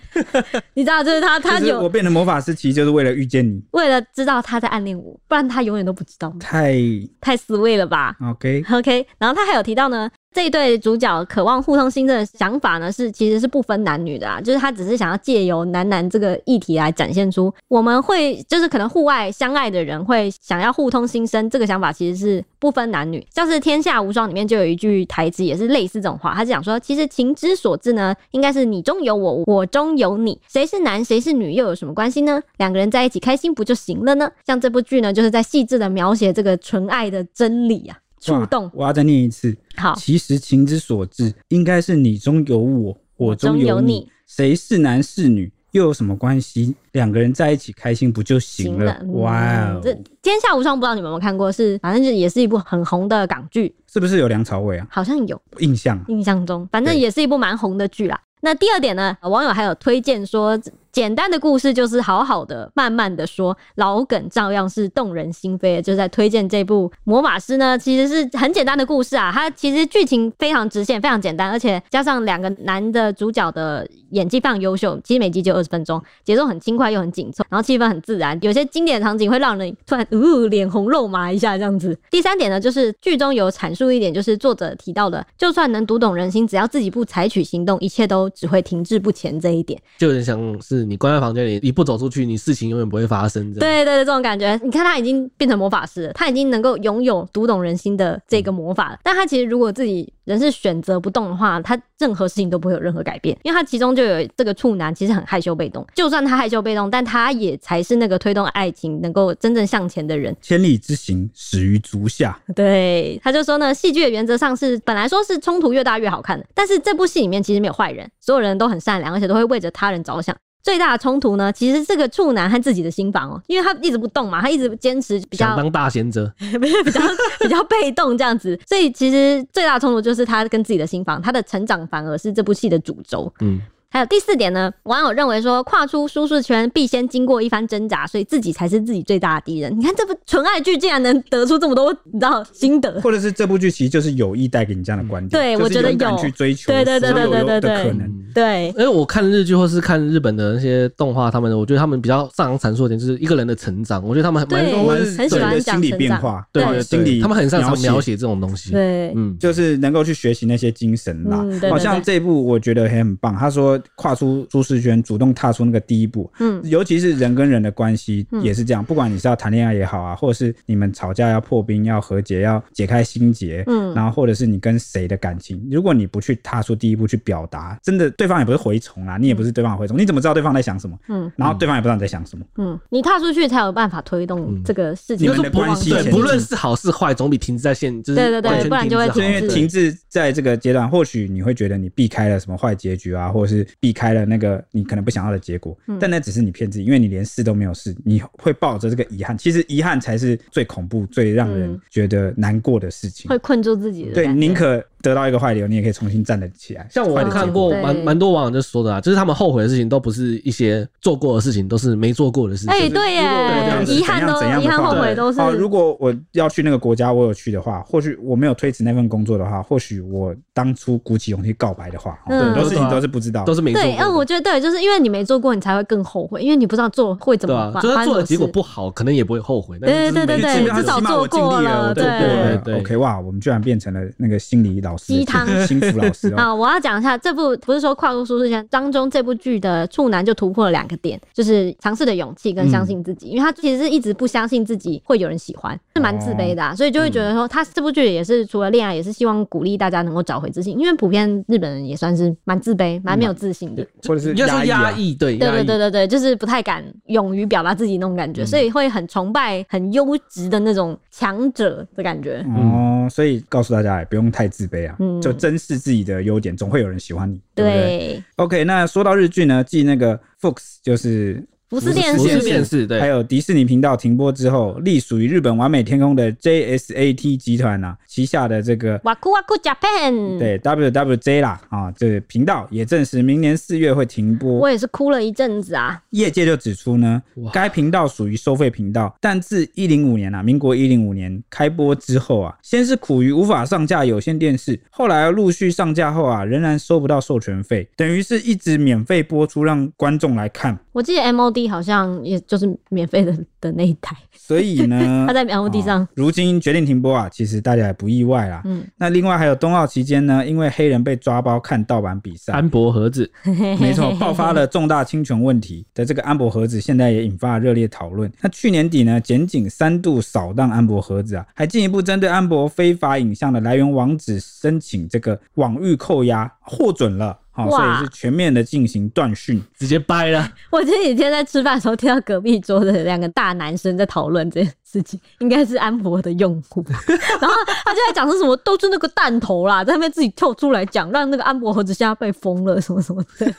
你知道，就是他，他
就是我
有
变成魔法师，其实就是为了遇见你。
为了知道他在暗恋我，不然他永远都不知道。
太
太 sweet 了吧？
OK，
OK，然后他还有提到呢，这一对主角渴望互通新政的想法呢，是其实是不分男女的啊，就是他只是想要借由男男这个议题来展现出我们会就是可能户外相爱的人会想要互通心声，这个想法其实是不分男女。像是《天下无双》里面就有一句台词也是类似这种话，他是讲说，其实情之所至呢，应该是你中有我，我中有你，谁是男谁是女又有什么关系呢？两个人在一起开心不就行了呢？像这部剧呢，就是在细致的描写这个纯爱的真理啊，触
哇
动。
我要再念一次。
好，
其实情之所至，应该是你中有我，我中
中有
有
你
你。谁是男是女又有什么关系？两个人在一起开心不就行了？
嗯
哇、哦
这《天下无双》不知道你们有没有看过，是反正就也是一部很红的港剧，
是不是有梁朝伟啊？
好像有
印象啊
印象中，反正
对
也是一部蛮红的剧啦。那第二点呢，呃网友还有推荐说，简单的故事就是好好的、慢慢的说，老梗照样是动人心扉的。就是在推荐这部《魔法师》呢，其实是很简单的故事啊，它其实剧情非常直线，非常简单，而且加上两个男的主角的演技非常优秀，其实每集只有二十分钟，节奏很轻快又很紧凑，然后气氛很自然，有些经典的场景会让人突然呃脸红肉麻一下这样子。第三点呢，就是剧中有阐述一点，就是作者提到的，就算能读懂人心，只要自己不采取行动，一切都只会停滞不前这一点。
就有点像是你关在房间里，你不走出去，你事情永远不会发生。这样，
对对对，这种感觉，你看他已经变成魔法师了，他已经能够拥有读懂人心的这个魔法
嗯
了。但他其实如果自己人是选择不动的话，他任何事情都不会有任何改变，因为他其中就有这个处男其实很害羞被动，就算他害羞被动，但他也才是那个推动爱情能够真正向前的人。
千里之行，始于足 下。
对，他就说呢，戏剧的原则上是本来说是冲突越大越好看的，但是这部戏里面其实没有坏人，所有人都很善良，而且都会为着他人着想。最大的冲突呢，其实是这个处男和自己的心房哦，因为他一直不动嘛，他一直坚持比较
想当大 贤者，
不是比较比较被动这样子，所以其实最大的冲突就是他跟自己的心房，他的成长反而是这部戏的主轴。
嗯，
还有第四点呢，网友认为说跨出舒适圈必先经过一番挣扎，所以自己才是自己最大的敌人。你看这部纯爱剧竟然能得出这么多，你知道心得。
或者是这部剧其实就是有意带给你这样的观点，
对
就是
我觉得
勇敢
有
去追求
对对对
所有
对对对对
的可能，
对，
嗯因为我看日剧或是看日本的那些动画，他们我觉得他们比较擅长阐述的点就是一个人的成长，我觉得他们蛮
对
或
蛮
很
者是
喜
自己
欢
的
讲
心理
成
变
长
化，
对
或者
对
心理
他们很擅长描
描
写这种东西。
对，
嗯，
就是能够去学习那些精神啦。
嗯对
好
对
像这一部我觉得也很棒。他说跨出舒适圈，主动踏出那个第一步，
嗯
尤其是人跟人的关系
嗯
也是这样。不管你是要谈恋爱也好啊，或者是你们吵架要破冰、要和解、要解开心结，
嗯
然后或者是你跟谁的感情，如果你不去踏出第一步去表达，真的对方也不是蛔虫啦，你也不是对方的蛔虫，你怎么知道对方在想什么？
嗯
然后对方也不知道你在想什么。
嗯，你踏出去才有办法推动
嗯
这个事
你
情
们
往
的
前进。
关系
对，
前
不论是好是坏，总比停滞在现，就是
对对对
完全
不然就
停
会
滞好
就因为
是
停滞在这个阶段，或许你会觉得你避开了什么坏结局啊，或者是避开了那个你可能不想要的结果，
嗯
但那只是你骗自己，因为你连试都没有试，你会抱着这个遗憾。其实遗憾才是最恐怖、最让人
嗯
觉得难过的事情。
会困住自己的
对，
感觉。
宁可得到一个坏理由，你也可以重新站得起来。
像我
坏的结
看
果
过
对
蛮蛮多网友就说的啊，就是他们后悔的事情都不是一些做过的事情，都是没做过的事情。
哎、对耶，
对啊
遗憾都
怎样
遗
怎样
憾
的话
后悔都是。
哦，如果我要去那个国家，我有去的话，或许我没有推辞那份工作的话，或许我当初鼓起勇气告白的话，哦
嗯
很多事情
对啊
都是不知道的，
都是没做
对，嗯，
过
我
的。
觉得对，就是因为你没做过，你才会更后悔，因为你不知道做会怎
对
么
吧？
办。
就
发生
是做
什
的
么
结果
事
不好，可能也不会后悔。但
对
是就是
对
没
对
做
对
过
至少做过了
我尽力我做过了
对对
OK，哇，我们居然变成了那个心理老师的
鸡汤
心腹 老师哦。
啊，我要讲一下这部不是说跨出舒适圈当中，这部剧的处男就突破了两个点，就是尝试的勇气跟
嗯
相信自己，因为他其实是一直不相信自己会有人喜欢，是蛮自卑的、
哦
啊，所以就
嗯
会觉得说，他这部剧也是除了恋爱，也是希望鼓励大家能够找回自信，因为普遍日本人也算是蛮自卑、蛮没有自信的。
或者是
应该说
压
压
抑啊，
抑，对
对
压
对
抑
对。对对，就是不太敢勇于表达自己那种感觉，所以会很崇拜、很优质的那种强者的感觉。
嗯
哦，所以告诉大家，也不用太自卑啊，
嗯
就珍视自己的优点，总会有人喜欢你，对不对
对，
？OK，那说到日剧呢，继那个 Fox 就是
福斯电
不是
视
电视，
还
对，
有迪士尼频道停播之后，隶属于日本完美天空的 JSAT 集团啊旗下的这个
哇酷哇酷 Japan，，
对 WWJ 啦啊，这个频道也证实明年四月会停播。
我也是哭了一阵子啊。
业界就指出呢
哇，
该频道属于收费频道，但自一零五年啊，民国一零五年开播之后啊，先是苦于无法上架有线电视，后来陆续上架后啊，仍然收不到授权费，等于是一直免费播出，让观众来看。
我记得 MOD 利好像也就是免费的的那一台，
所以 呢
他，在苗地上
哦，如今决定停播啊，其实大家也不意外啦。
嗯，
那另外还有冬奥期间呢，因为黑人被抓包看盗版比赛，
安博盒子，
没错，爆发了重大侵权问题的这个安博盒子，现在也引发热烈讨论。那去年底呢，检警三度扫荡安博盒子啊，还进一步针对安博非法影像的来源网址申请这个网域扣押，获准了。好、所
哇
以是全面的进行断讯。
直接掰了。
我前几天在吃饭的时候听到隔壁桌的两个大男生在讨论这件事情，应该是安博的用户， 然后他就在讲说什么都是那个弹头啦，在那边自己跳出来讲，让那个安博猴子现在被封了什么什 么的。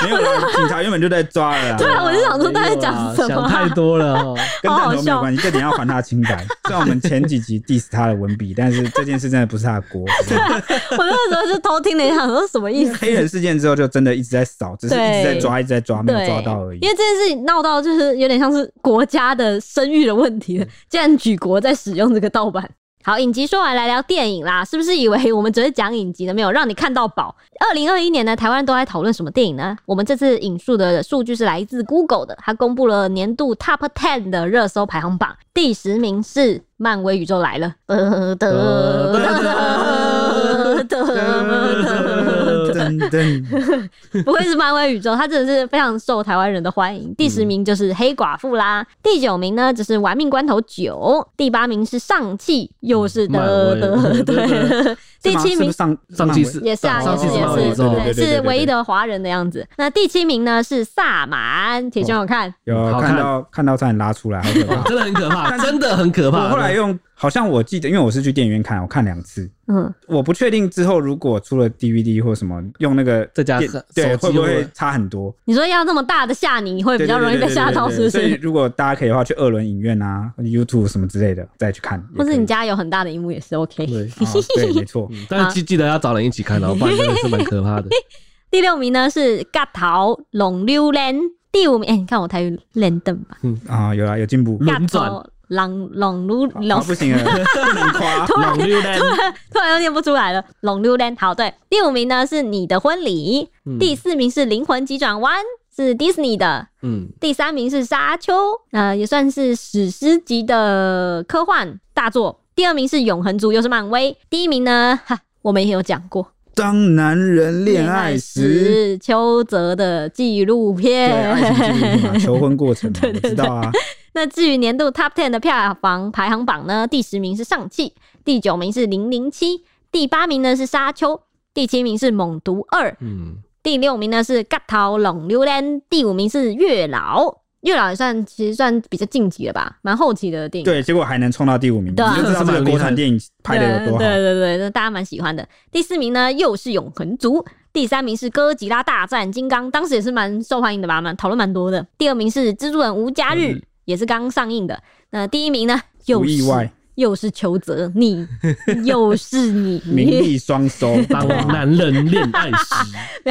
没有啦，警察原本就在抓了啦。
对 啊，我就想说他在讲什
没有
么、
啦哎想太
啊。
多了 哦。
跟
好好
弹头没
笑
有关系，这点要还他清白。虽然我们前几集 diss 他的文笔，但是这件事真的不是他的 锅。
我那时候就偷听了一下，我说什么意思？
黑人事件之后就真的一直在扫，只是一直在抓，一直在抓，没有
对，
抓到而已
因。为这件事情闹到就是有点像是国家的声誉的问题了，竟然举国在使用这个盗版。好，影集说完来聊电影啦，是不是以为我们只会讲影集呢？没有，让你看到宝。二零二一年呢，台湾都在讨论什么电影呢？我们这次引述的数据是来自 Google 的，它公布了年度 Top Ten 的热搜排行榜，第十名是《漫威宇宙来了》呃。得得得得得
噔噔，
不愧是漫威宇宙，它真的是非常受台湾人的欢迎。第十名就是黑寡妇啦，第九名呢就是玩命关头九，第八名是上汽，又是的
漫威
的
对
对， 第七
是吗是不
名
是。上
上
季
季是
也是啊，
上
也
季
是
是漫威
也
宇
是，
宙
对，是唯一的华人的样子。那第七名呢是萨满，铁拳有看，
有
好看
看到看到差点拉出来，好可
哇
怕。
真的很可怕，真的很可怕。
我后来用，好像我记得，因为我是去电影院看，我看两次。
嗯，
我不确定之后如果出了 DVD 或什么，用那个
再加
电
手
对
机
会不
或
会
者
差很多？
你说要那么大的吓你，你会比较容易被吓到，是不
对对对对对对对所以
是？
如果大家可以的话，去二轮影院啊、或者 YouTube 什么之类的再去看，
或
也
是
可以
你家有很大的荧幕也是 OK。
对，
啊嗯对，没错。
嗯但是
啊
记记得要找人一起看哦，不然真的是蛮可怕的。
第六名呢是嘎桃龙溜兰，第五名，哎，你看我台语练邓吧。
啊，有啊，有进步。
轮转
尬头，朗朗撸
啊，
朗，
不行了，不能夸。
朗溜丹，
突然又念不出来了。朗溜丹，好，对，第五名呢是你的婚礼，
嗯
第四名是灵魂急转弯，是 Disney 的，
嗯，
第三名是沙丘，呃，也算是史诗级的科幻大作。第二名是永恒族，又是漫威。第一名呢， 哈，我们也有讲过，
当男人恋爱时，
邱泽的纪录
对
片，
哎爱情进 入嘛，求婚过程嘛，我知道啊。
那至于年度 Top Ten 的票房排行榜呢，第十名是《上汽》，第九名是《零零七》，第八名呢是《沙丘》，第七名是《猛毒二》，
嗯，
第六名呢是《嘎桃龙榴莲》，第五名是《月老》。月老也算其实算比较晋级了吧，蛮后期的电影。
对，结果还能冲到第五名，你
对啊
就知道这个国产电影拍的有多好
对。对对，那大家蛮喜欢的。第四名呢又是《永恒族》，第三名是《哥吉拉大战金刚》，当时也是蛮受欢迎的吧，蛮讨论蛮多的。第二名是《蜘蛛人无家日》，也是刚上映的。那第一名呢又
不嗯意
是
外，
又是邱泽， 你又是你，
名利双收。
当男人恋爱 时，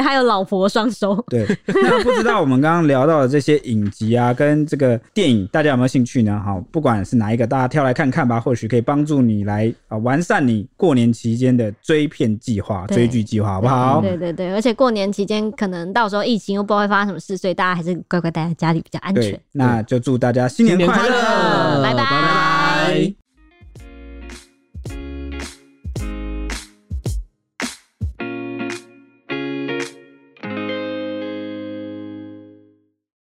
还有老婆双收。
对，那不知道我们刚刚聊到的这些影集啊，跟这个电影，大家有没有兴趣呢？好，不管是哪一个，大家挑来看看吧，或许可以帮助你来啊、完善你过年期间的追片计划、
对
追剧计划，好不好？
对对对，而且过年期间可能到时候疫情又不知道会发生什么事，所以大家还是乖乖待在家里比较安全
对。，那就祝大家新年
新年
快
快乐
乐，
拜
拜拜
拜